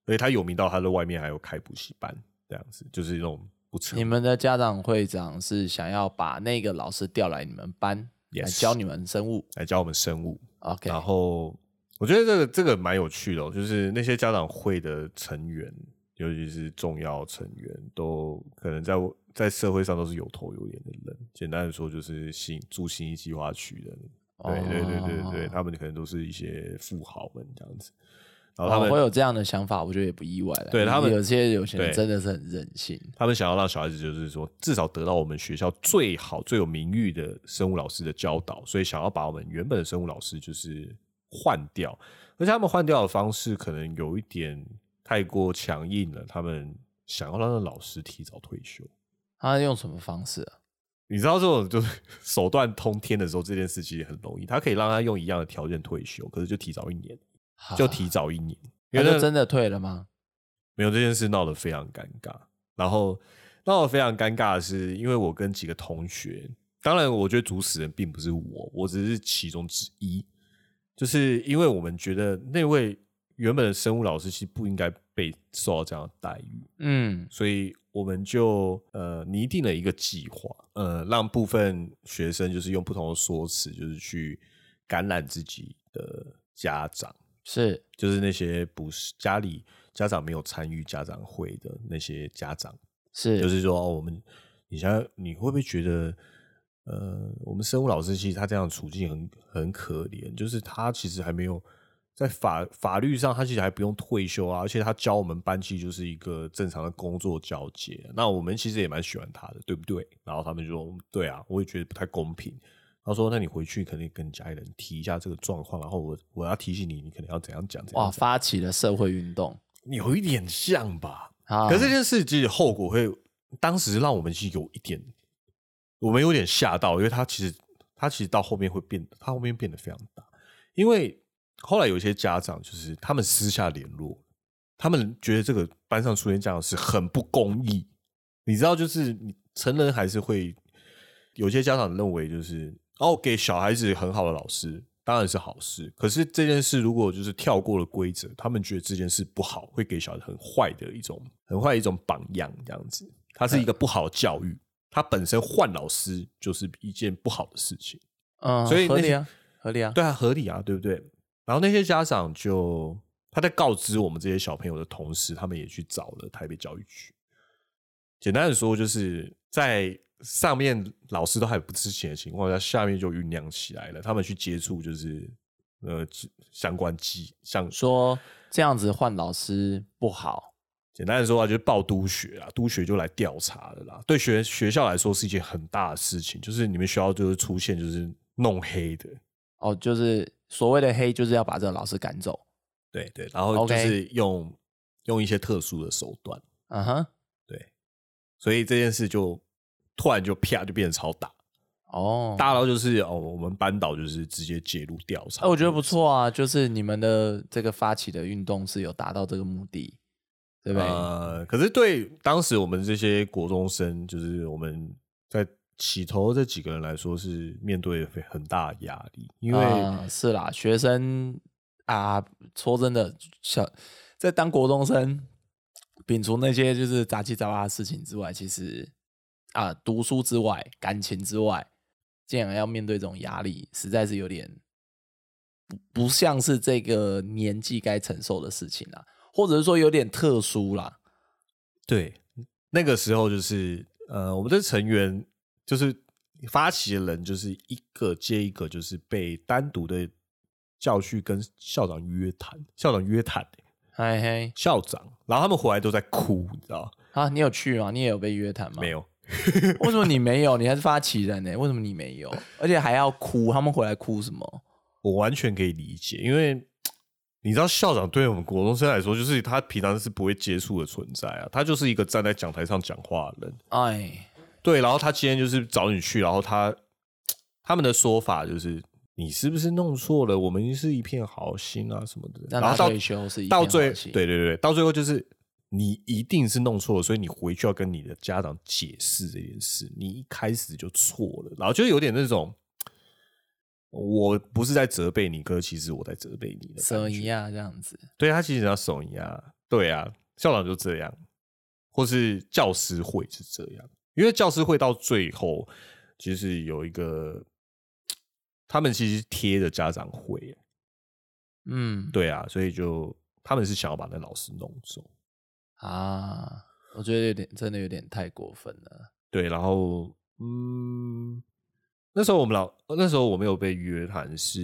Speaker 2: 而且他有名到他在外面还有开补习班，这样子就是那种不成
Speaker 1: 你们的家长会长是想要把那个老师调来你们班
Speaker 2: Yes
Speaker 1: 来教你们生物
Speaker 2: 来教我们生物，
Speaker 1: ，OK，
Speaker 2: 然后我觉得这个这个蛮有趣的哦、就是那些家长会的成员，尤其是重要成员，都可能在在社会上都是有头有脸的人。简单的说，就是新住新一计划区的人，对对对对对，
Speaker 1: 哦
Speaker 2: 他们可能都是一些富豪们这样子。然后他
Speaker 1: 哦
Speaker 2: 们、
Speaker 1: 会有这样的想法，我觉得也不意外了。
Speaker 2: 对他们
Speaker 1: 有些有钱人
Speaker 2: 对
Speaker 1: 真的是很任性。
Speaker 2: 他们想要让小孩子，就是说，至少得到我们学校最好、最有名誉的生物老师的教导，所以想要把我们原本的生物老师就是换掉，而且他们换掉的方式可能有一点太过强硬了。他们想要让那老师提早退休。
Speaker 1: 他用什么方式啊？
Speaker 2: 你知道这种就是手段通天的时候，这件事其实很容易，他可以让他用一样的条件退休，可是就提早一年，就提早一年，
Speaker 1: 啊他
Speaker 2: 因为那
Speaker 1: 就真的退了吗？
Speaker 2: 没有这件事闹得非常尴尬。然后闹得非常尴尬的是，因为我跟几个同学，当然我觉得主使人并不是我，我只是其中之一。就是因为我们觉得那位原本的生物老师其实不应该被受到这样的待遇，
Speaker 1: 嗯
Speaker 2: 所以我们就呃拟定了一个计划，呃，让部分学生就是用不同的说辞，就是去感染自己的家长，
Speaker 1: 是
Speaker 2: 就是那些不是家里家长没有参与家长会的那些家长，
Speaker 1: 是
Speaker 2: 就是说、哦、我们，你想想你会不会觉得，呃，我们生物老师其实他这样的处境很很可怜，就是他其实还没有在法法律上，他其实还不用退休啊，而且他教我们班级就是一个正常的工作交接，那我们其实也蛮喜欢他的，对不对？然后他们就说，对啊，我也觉得不太公平。他说：“那你回去肯定跟家里人提一下这个状况，然后我我要提醒你，你可能要怎样讲，怎
Speaker 1: 哇，
Speaker 2: 样讲。
Speaker 1: 发起了社会运动
Speaker 2: 有一点像吧？
Speaker 1: 啊。
Speaker 2: 可是这件事其实后果会，当时让我们是有一点，我们有点吓到，因为他其实他其实到后面会变，他后面变得非常大，因为后来有一些家长就是他们私下联络，他们觉得这个班上出现这样的事很不公义，你知道，就是你成人还是会有些家长认为就是哦，给小孩子很好的老师。当然是好事，可是这件事如果就是跳过了规则，他们觉得这件事不好，会给小孩很坏的一种很坏的一种榜样，这样子，它是一个不好的教育。它本身换老师就是一件不好的事情，
Speaker 1: 嗯，
Speaker 2: 所以
Speaker 1: 合
Speaker 2: 那
Speaker 1: 理
Speaker 2: 些
Speaker 1: 啊，合理啊。
Speaker 2: 对啊，合理啊，对不对？然后那些家长就他在告知我们这些小朋友的同时，他们也去找了台北教育局。简单的说，就是在上面老师都还不知情的情况下，下面就酝酿起来了。他们去接触，就是呃相关机像
Speaker 1: 说这样子换老师不好，
Speaker 2: 简单的说啊，就是报督学啦，督学就来调查了啦。对学学校来说是一件很大的事情，就是你们学校就是出现就是弄黑的，
Speaker 1: 哦，就是所谓的黑，就是要把这个老师赶走。
Speaker 2: 对对，然后就
Speaker 1: OK
Speaker 2: 是用用一些特殊的手段，
Speaker 1: 嗯哼，
Speaker 2: 对，所以这件事就突然就啪就变得超大，
Speaker 1: 哦，
Speaker 2: 大到就是哦，我们班导就是直接介入调查。
Speaker 1: 哎，我觉得不错啊，就是你们的这个发起的运动是有达到这个目的，对不对？
Speaker 2: 呃，可是对当时我们这些国中生，就是我们在起头这几个人来说，是面对很大的压力，因为、
Speaker 1: 啊是啦，学生啊，说真的，小在当国中生，摒除那些就是杂七杂八的事情之外，其实啊，读书之外，感情之外，竟然要面对这种压力，实在是有点不不像是这个年纪该承受的事情啦，或者是说有点特殊啦。
Speaker 2: 对那个时候就是呃，我们的成员就是发起的人，就是一个接一个，就是被单独的叫去跟校长约谈，校长约谈、
Speaker 1: 嘿哎嘿，
Speaker 2: 校长，然后他们回来都在哭，你知道吗
Speaker 1: 啊，你有去吗？你也有被约谈吗？
Speaker 2: 没。有？
Speaker 1: 为什么你没有？你还是发起人呢、为什么你没有？而且还要哭，他们回来哭什么？
Speaker 2: 我完全可以理解，因为你知道，校长对我们国中生来说，就是他平常是不会接触的存在啊，他就是一个站在讲台上讲话的人。
Speaker 1: 哎，
Speaker 2: 对，然后他今天就是找你去，然后他他们的说法就是你是不是弄错了？我们是一片好心啊什么的。
Speaker 1: 让
Speaker 2: 然后
Speaker 1: 他
Speaker 2: 到
Speaker 1: 退休是一
Speaker 2: 到
Speaker 1: 片
Speaker 2: 最
Speaker 1: 好心
Speaker 2: 对对对，到最后就是你一定是弄错了，所以你回去要跟你的家长解释这件事，你一开始就错了，然后就有点那种。我不是在责备你哥，其实我在责备你的感
Speaker 1: 蛇
Speaker 2: 觉
Speaker 1: 一样这样子，
Speaker 2: 对他其实要手淫啊，对啊，校长就这样，或是教师会是这样，因为教师会到最后其实有一个，他们其实贴着家长会，
Speaker 1: 嗯，
Speaker 2: 对啊，所以就他们是想要把那老师弄走，
Speaker 1: 啊，我觉得有点真的有点太过分了。
Speaker 2: 对，然后嗯，那时候我们老那时候我没有被约谈，是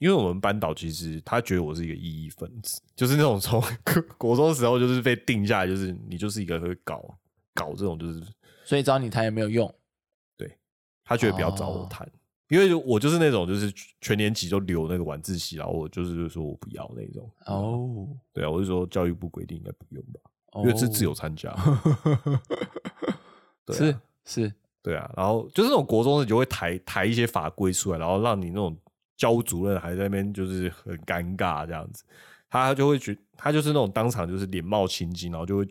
Speaker 2: 因为我们班导其实他觉得我是一个异议分子，就是那种从国 中时候就是被定下来，就是你就是一个会搞搞这种，就是
Speaker 1: 所以找你谈也没有用，
Speaker 2: 他觉得不要找我
Speaker 1: 哦
Speaker 2: 谈，因为我就是那种就是全年级都留那个晚自习，然后我就是说我不要那种。
Speaker 1: 哦
Speaker 2: 对啊，我就说教育部规定应该不用吧。因为是自由 参加，对啊
Speaker 1: 哦是是，
Speaker 2: 对啊，然后就是那种国中的就会抬抬一些法规出来，然后让你那种教主任还在那边就是很尴尬这样子，他就会觉他就是那种当场就是脸冒青筋，然后就会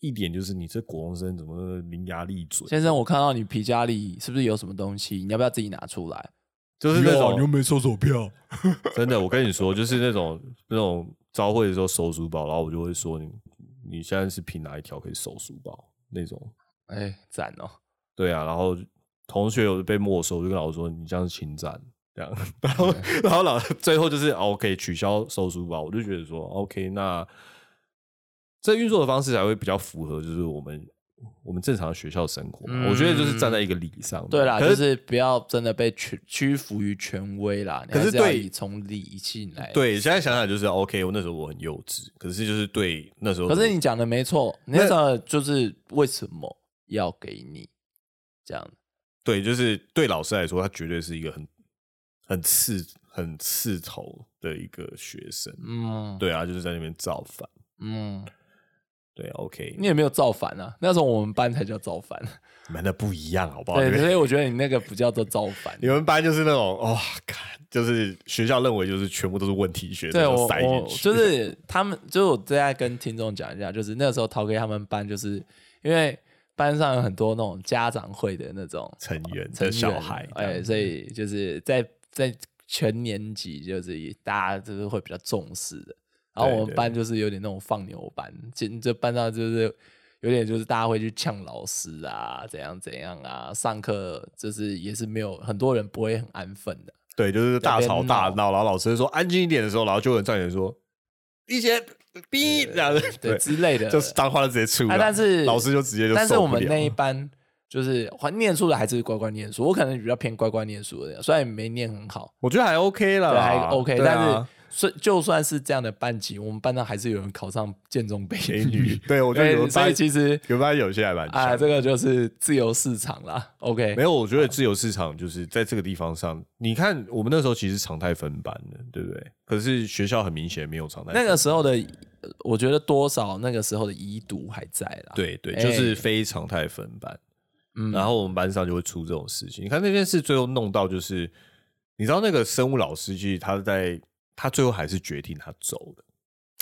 Speaker 2: 一点就是你这国中生怎么伶牙俐嘴，
Speaker 1: 先生，我看到你皮夹里是不是有什么东西？你要不要自己拿出来？
Speaker 2: 就是那
Speaker 3: 啊哟你又
Speaker 2: 种
Speaker 3: 没收手票，
Speaker 2: 真的，我跟你说，就是那种那种招会的时候收书包，然后我就会说你你现在是凭哪一条可以收书包那种，
Speaker 1: 哎，赞哦！
Speaker 2: 对啊，然后同学有被没收，我就跟老师说你这样是侵占，这样， 然后然后老最后就是哦 OK 取消收书包，我就觉得说 OK，那这运作的方式才会比较符合就是我们我们正常的学校生活嘛，
Speaker 1: 嗯
Speaker 2: 我觉得就是站在一个理上的，
Speaker 1: 对啦，
Speaker 2: 可、
Speaker 1: 就是是不要真的被屈屈服于权威啦，你
Speaker 2: 可
Speaker 1: 还
Speaker 2: 是
Speaker 1: 要
Speaker 2: 对
Speaker 1: 以从理性来。，
Speaker 2: 对，现在想想就是 OK，我那时候我很幼稚，可是就是对那时候，
Speaker 1: 可是你讲的没错，你那时候就是为什么要给你这样？
Speaker 2: 对，就是对老师来说，他绝对是一个很很刺很刺头的一个学生，
Speaker 1: 嗯，，
Speaker 2: 对啊，就是在那边造反。
Speaker 1: 嗯，
Speaker 2: 对，OK，
Speaker 1: 你也没有造反啊，那时候我们班才叫造反。
Speaker 2: 你们那不一样，好不好？你
Speaker 1: 对，所
Speaker 2: 们
Speaker 1: 以我觉得你那个不叫做造反
Speaker 2: 你。们班就是那种哇，看、就是学校认为就是全部都是问题学生，
Speaker 1: 对
Speaker 2: 就
Speaker 1: 我，
Speaker 2: 塞进
Speaker 1: 我
Speaker 2: 去，
Speaker 1: 就是他们，就是我再跟听众讲一下，就是那时候逃给他们班，就是因为班上有很多那种家长会的那种
Speaker 2: 成员
Speaker 1: 成
Speaker 2: 的
Speaker 1: 员
Speaker 2: 小孩，
Speaker 1: 哎，所以就是在在全年级，就是大家就是会比较重视的。然后
Speaker 2: 对
Speaker 1: 我们
Speaker 2: 对
Speaker 1: 班就是有点那种放牛班，这这班上就是有点就是大家会去呛老师啊，怎样怎样啊，上课就是也是没有很多人不会很安分的。
Speaker 2: 对，就是大吵大
Speaker 1: 在那边
Speaker 2: 闹，然后老师说安静一点的时候，然后就有人站起来说一些逼这样子，
Speaker 1: 呃对之类的，
Speaker 2: 就是脏话就直接出来，
Speaker 1: 啊，但是
Speaker 2: 老师就直接就
Speaker 1: 但是
Speaker 2: 受
Speaker 1: 我
Speaker 2: 不
Speaker 1: 们
Speaker 2: 了
Speaker 1: 那一班就是还念书的还是乖乖念书，我可能比较偏乖乖念书的，虽然没念很好，
Speaker 2: 我觉得还 OK 啦，
Speaker 1: 对，还 OK，、
Speaker 2: 对
Speaker 1: 但是
Speaker 2: 啊。
Speaker 1: 算就算是这样的班级，我们班上还是有人考上建中北
Speaker 2: 美女
Speaker 1: 女，，
Speaker 2: 对 我觉得有
Speaker 1: 对所
Speaker 2: 班
Speaker 1: 以其实
Speaker 2: 有班有些还蛮
Speaker 1: 啊，
Speaker 2: 强
Speaker 1: 这个就是自由市场啦。OK，
Speaker 2: 没有，
Speaker 1: 嗯
Speaker 2: 我觉得自由市场就是在这个地方上，你看我们那时候其实常态分班的，对不对？可是学校很明显没有常态分
Speaker 1: 那
Speaker 2: 班，
Speaker 1: 个时候的，呃我觉得多少那个时候的遗毒还在啦。，
Speaker 2: 对对，
Speaker 1: 哎
Speaker 2: 就是非常态分班。
Speaker 1: 嗯
Speaker 2: 然后我们班上就会出这种事情。你看那件事最后弄到就是，你知道那个生物老师其实他在他最后还是决定他走的，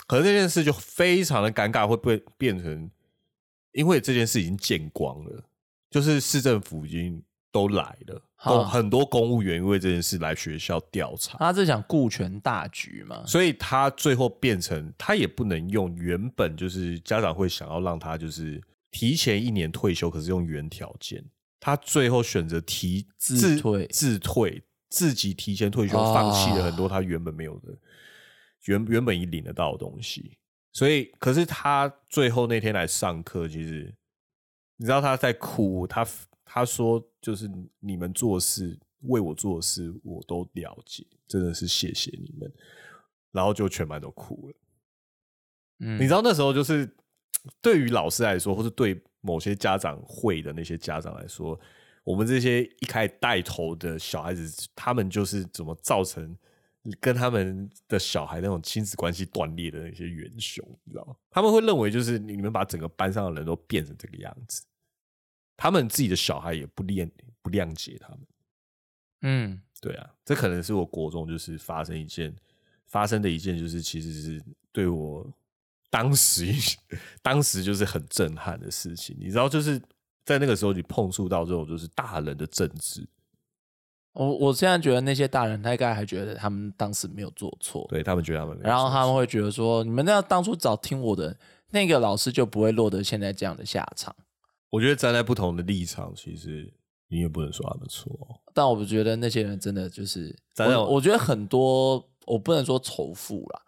Speaker 2: 可是那件事就非常的尴尬，会不会变成因为这件事已经见光了，就是市政府已经都来了，
Speaker 1: 哈
Speaker 2: 公很多公务员因为这件事来学校调查，
Speaker 1: 他是想顾全大局嘛。
Speaker 2: 所以他最后变成他也不能用原本就是家长会想要让他就是提前一年退休，可是用原条件，他最后选择提
Speaker 1: 自退
Speaker 2: 自退，自己提前退休，
Speaker 1: 啊
Speaker 2: 放弃了很多他原本没有的原原本已领得到的东西。所以，可是他最后那天来上课，其实你知道他在哭，他他说就是你们做事为我做事，我都了解，真的是谢谢你们。然后就全班都哭了。
Speaker 1: 嗯，
Speaker 2: 你知道那时候就是对于老师来说，或是对某些家长会的那些家长来说，我们这些一开始带头的小孩子，他们就是怎么造成跟他们的小孩那种亲子关系断裂的那些元凶，你知道吗？他们会认为就是你们把整个班上的人都变成这个样子，他们自己的小孩也不谅不谅解他们。
Speaker 1: 嗯，
Speaker 2: 对啊，这可能是我国中就是发生一件发生的一件，就是其实是对我当时当时就是很震撼的事情。你知道，就是在那个时候你碰触到这种就是大人的政治，
Speaker 1: 我我现在觉得那些大人大概还觉得他们当时没有做错，
Speaker 2: 对他们觉得他们没有
Speaker 1: 然后他
Speaker 2: 做
Speaker 1: 们会觉得说，你们那当初早听我的，那个老师就不会落得现在这样的下场。
Speaker 2: 我觉得站在不同的立场，其实你也不能说他们错哦。
Speaker 1: 但我觉得那些人真的就是，
Speaker 2: 咱俩
Speaker 1: 我我觉得很多，我不能说仇富啦，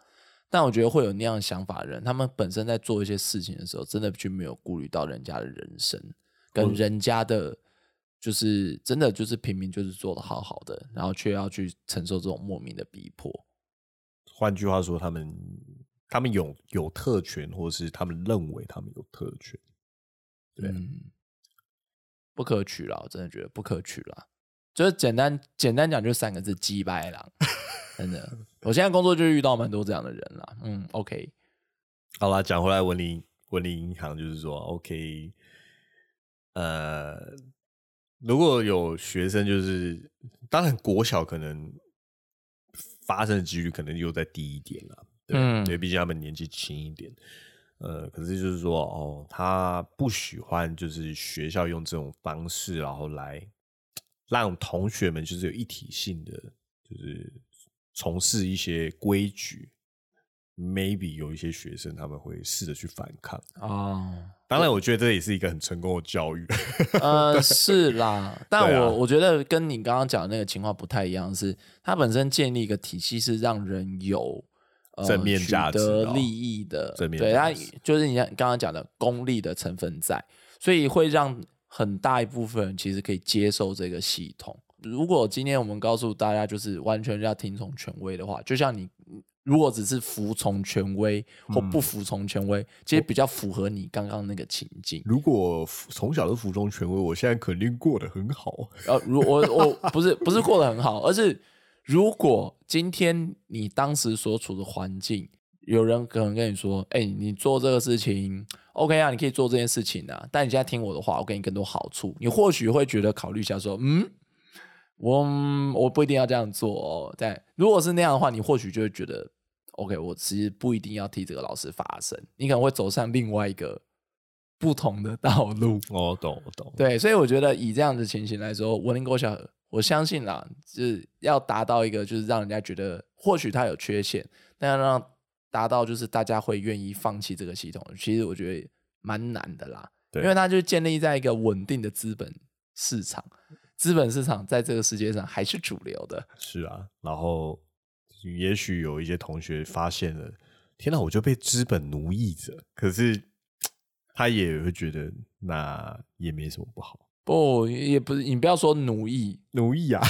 Speaker 1: 但我觉得会有那样想法的人，他们本身在做一些事情的时候，真的去没有顾虑到人家的人生跟人家的。就是真的，就是平民，就是做的好好的，然后却要去承受这种莫名的逼迫。
Speaker 2: 换句话说，他们他们有有特权，或是他们认为他们有特权。对啊
Speaker 1: 嗯，不可取了，我真的觉得不可取了。就是简单简单讲，就三个字：鸡掰狼。真的，我现在工作就遇到蛮多这样的人啦。嗯，OK，
Speaker 2: 好啦，讲回来文林文林银行，就是说，OK，呃，如果有学生，就是当然国小可能发生的几率可能又再低一点了，对、啊
Speaker 1: 嗯
Speaker 2: 对，毕竟他们年纪轻一点。呃，可是就是说，哦，他不喜欢就是学校用这种方式，然后来让同学们就是有一体性的，就是从事一些规矩。maybe 有一些学生他们会试着去反抗。
Speaker 1: 哦，
Speaker 2: 当然，我觉得这也是一个很成功的教育。
Speaker 1: 呃，是啦，但
Speaker 2: 对
Speaker 1: 我、
Speaker 2: 啊
Speaker 1: 我觉得跟你刚刚讲的那个情况不太一样，是它本身建立一个体系是让人有、呃、
Speaker 2: 正面价值
Speaker 1: 取得
Speaker 2: 哦
Speaker 1: 利益的，
Speaker 2: 正面
Speaker 1: 对
Speaker 2: 价
Speaker 1: 它
Speaker 2: 值
Speaker 1: 就是你像刚刚讲的功利的成分在，所以会让很大一部分人其实可以接受这个系统。如果今天我们告诉大家就是完全要听从权威的话，就像你如果只是服从权威或
Speaker 2: 嗯
Speaker 1: 不服从权威，其实比较符合你刚刚那个情境。
Speaker 2: 如果服从小就服从权威，我现在肯定过得很 好。
Speaker 1: 呃，如我我不是不是过得很好，而是如果今天你当时所处的环境，有人可能跟你说，哎、你做这个事情 OK 啊，你可以做这件事情啊，但你现在听我的话，我给你更多好处，你或许会觉得考虑一下说，嗯。我嗯我不一定要这样做哦，但如果是那样的话，你或许就会觉得，OK，我其实不一定要替这个老师发声，你可能会走上另外一个不同的道路。
Speaker 2: 我哦懂，我懂。
Speaker 1: 对，所以我觉得以这样的情形来说，文林国小，我相信啦，就是要达到一个就是让人家觉得或许它有缺陷，但要让达到就是大家会愿意放弃这个系统，其实我觉得蛮难的啦，
Speaker 2: 对
Speaker 1: 因为它就建立在一个稳定的资本市场，资本市场在这个世界上还是主流的，
Speaker 2: 是啊。然后，也许有一些同学发现了，天哪，我就被资本奴役着。可是他也会觉得，那也没什么不好。
Speaker 1: 不也不是你不要说奴役，
Speaker 2: 奴役 啊，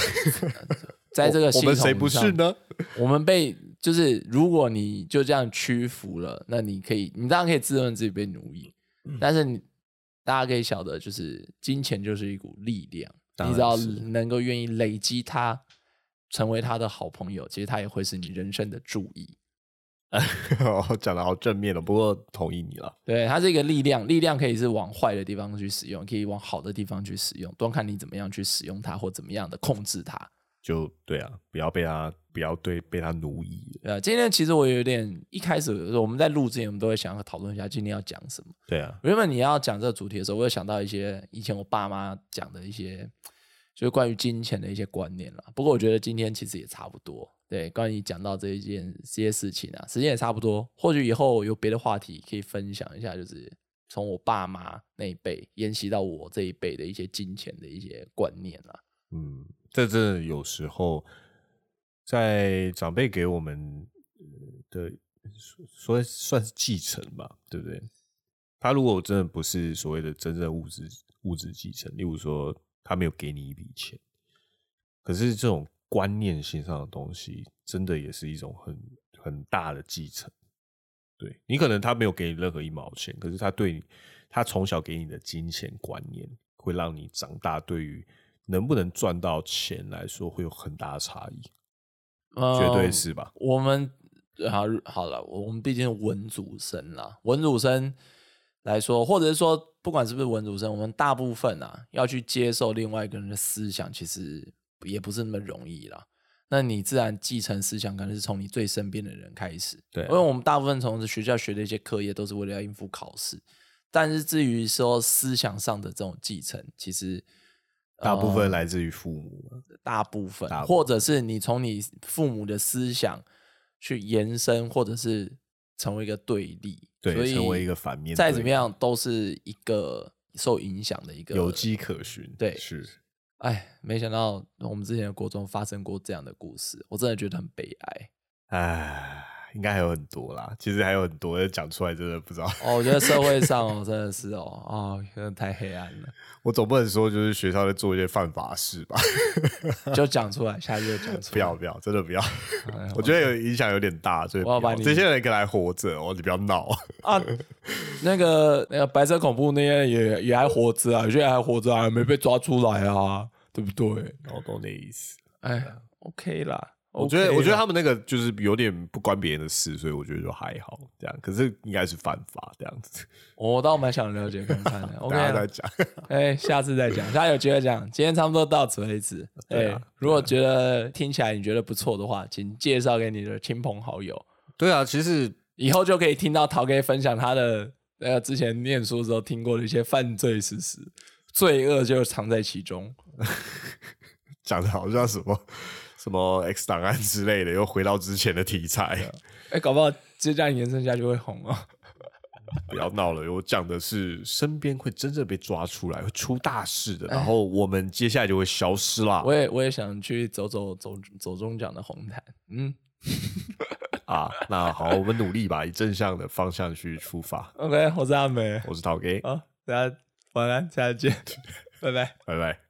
Speaker 1: 在这个系
Speaker 2: 我
Speaker 1: 统
Speaker 2: 们谁不
Speaker 1: 上
Speaker 2: 是呢？
Speaker 1: 我们被就是，如果你就这样屈服了，那你可以，你当然可以自认自己被奴役，
Speaker 2: 嗯
Speaker 1: 但是你大家可以晓得，就是金钱就是一股力量，
Speaker 2: 当
Speaker 1: 你
Speaker 2: 然
Speaker 1: 只要
Speaker 2: 是
Speaker 1: 能够愿意累积它，成为他的好朋友，其实他也会是你人生的注意。
Speaker 2: 哦讲的好正面了，不过同意你了。
Speaker 1: 对，它是一个力量，力量可以是往坏的地方去使用，可以往好的地方去使用，端看你怎么样去使用它，或怎么样的控制它。
Speaker 2: 就对啊，不要被他，不要对被他奴役。
Speaker 1: 对啊，今天其实我有点一开始我们在录之前，我们都会想要讨论一下今天要讲什么。
Speaker 2: 对啊，
Speaker 1: 原本你要讲这个主题的时候，我有想到一些以前我爸妈讲的一些，就是关于金钱的一些观念啦。不过我觉得今天其实也差不多，对，关于讲到这一件这些事情啊，时间也差不多。或许以后有别的话题可以分享一下，就是从我爸妈那一辈沿袭到我这一辈的一些金钱的一些观念啦。
Speaker 2: 嗯，这真的有时候在长辈给我们呃的，所以算是继承吧，对不对？他如果真的不是所谓的真正的物质物质继承，例如说他没有给你一笔钱，可是这种观念性上的东西，真的也是一种很很大的继承。对你可能他没有给你任何一毛钱，可是他对你，他从小给你的金钱观念，会让你长大对于能不能赚到钱来说，会有很大的差异，
Speaker 1: 嗯
Speaker 2: 绝对是吧？
Speaker 1: 我们好好了，我我们毕竟是文主生啦，文主生来说，或者是说，不管是不是文主生，我们大部分啊要去接受另外一个人的思想，其实也不是那么容易啦。那你自然继承思想，可能是从你最身边的人开始。
Speaker 2: 对啊
Speaker 1: 因为我们大部分从学校学的一些课业，都是为了要应付考试。但是至于说思想上的这种继承，其实
Speaker 2: 大部
Speaker 1: 呃
Speaker 2: 分来自于父母嘛，
Speaker 1: 大部分，
Speaker 2: 大部分
Speaker 1: 或者是你从你父母的思想去延伸，或者是成为一个对立，所
Speaker 2: 对，
Speaker 1: 以
Speaker 2: 成为一个反面，
Speaker 1: 再怎么，样都是一个受影响的一个
Speaker 2: 有迹可循，
Speaker 1: 对
Speaker 2: 是
Speaker 1: 哎，没想到我们之前的国中发生过这样的故事，我真的觉得很悲哀。
Speaker 2: 唉，应该还有很多啦。其实还有很多讲出来，真的不知道。
Speaker 1: 哦，我觉得社会上哦，真的是哦，哦，真的太黑暗了，
Speaker 2: 我总不能说就是学校在做一些犯法事吧？
Speaker 1: 就讲出来，下次就讲出来。
Speaker 2: 不要不要，真的不要。
Speaker 1: 哎，
Speaker 2: 我觉得有影响有点大，所以不
Speaker 1: 我要把你
Speaker 2: 这些人可能还活着哦，你不要闹。
Speaker 1: 啊，那个那个白色恐怖那些也也还活着啊，有些人还活着啊，没被抓出来啊，对不对？
Speaker 2: 我懂你的意思。
Speaker 1: 哎，OK 啦，
Speaker 2: 我觉得
Speaker 1: OK
Speaker 2: 我觉得
Speaker 1: 啦
Speaker 2: 他们那个就是有点不关别人的事，所以我觉得就还好这样。可是应该是犯法这样子，
Speaker 1: 我倒蛮想了解看看 的。OK，啊
Speaker 2: 大家
Speaker 1: 啦
Speaker 2: 在讲。
Speaker 1: 哎，下次再讲，大家有机会讲。今天差不多到此为止。
Speaker 2: 对啊
Speaker 1: 哎如果觉得听起来你觉得不错的话，请介绍给你的亲朋好友，
Speaker 2: 对啊，其实
Speaker 1: 以后就可以听到陶哥分享他的呃之前念书的时候听过的一些犯罪事实，罪恶就藏在其中。
Speaker 2: 讲的好像什么什么 X 档案之类的，又回到之前的题材。
Speaker 1: 哎，搞不好就这样延伸下去会红哦。
Speaker 2: 不要闹了，我讲的是身边会真正被抓出来，会出大事的，然后我们接下来就会消失啦
Speaker 1: 哎我也我也想去走走走走中奖的红毯。嗯
Speaker 2: 啊！那好，我们努力吧，以正向的方向去出发。
Speaker 1: ，OK，我是阿美。
Speaker 2: 我是陶 K，
Speaker 1: 好，大家晚安，下次见，拜拜。
Speaker 2: 拜拜。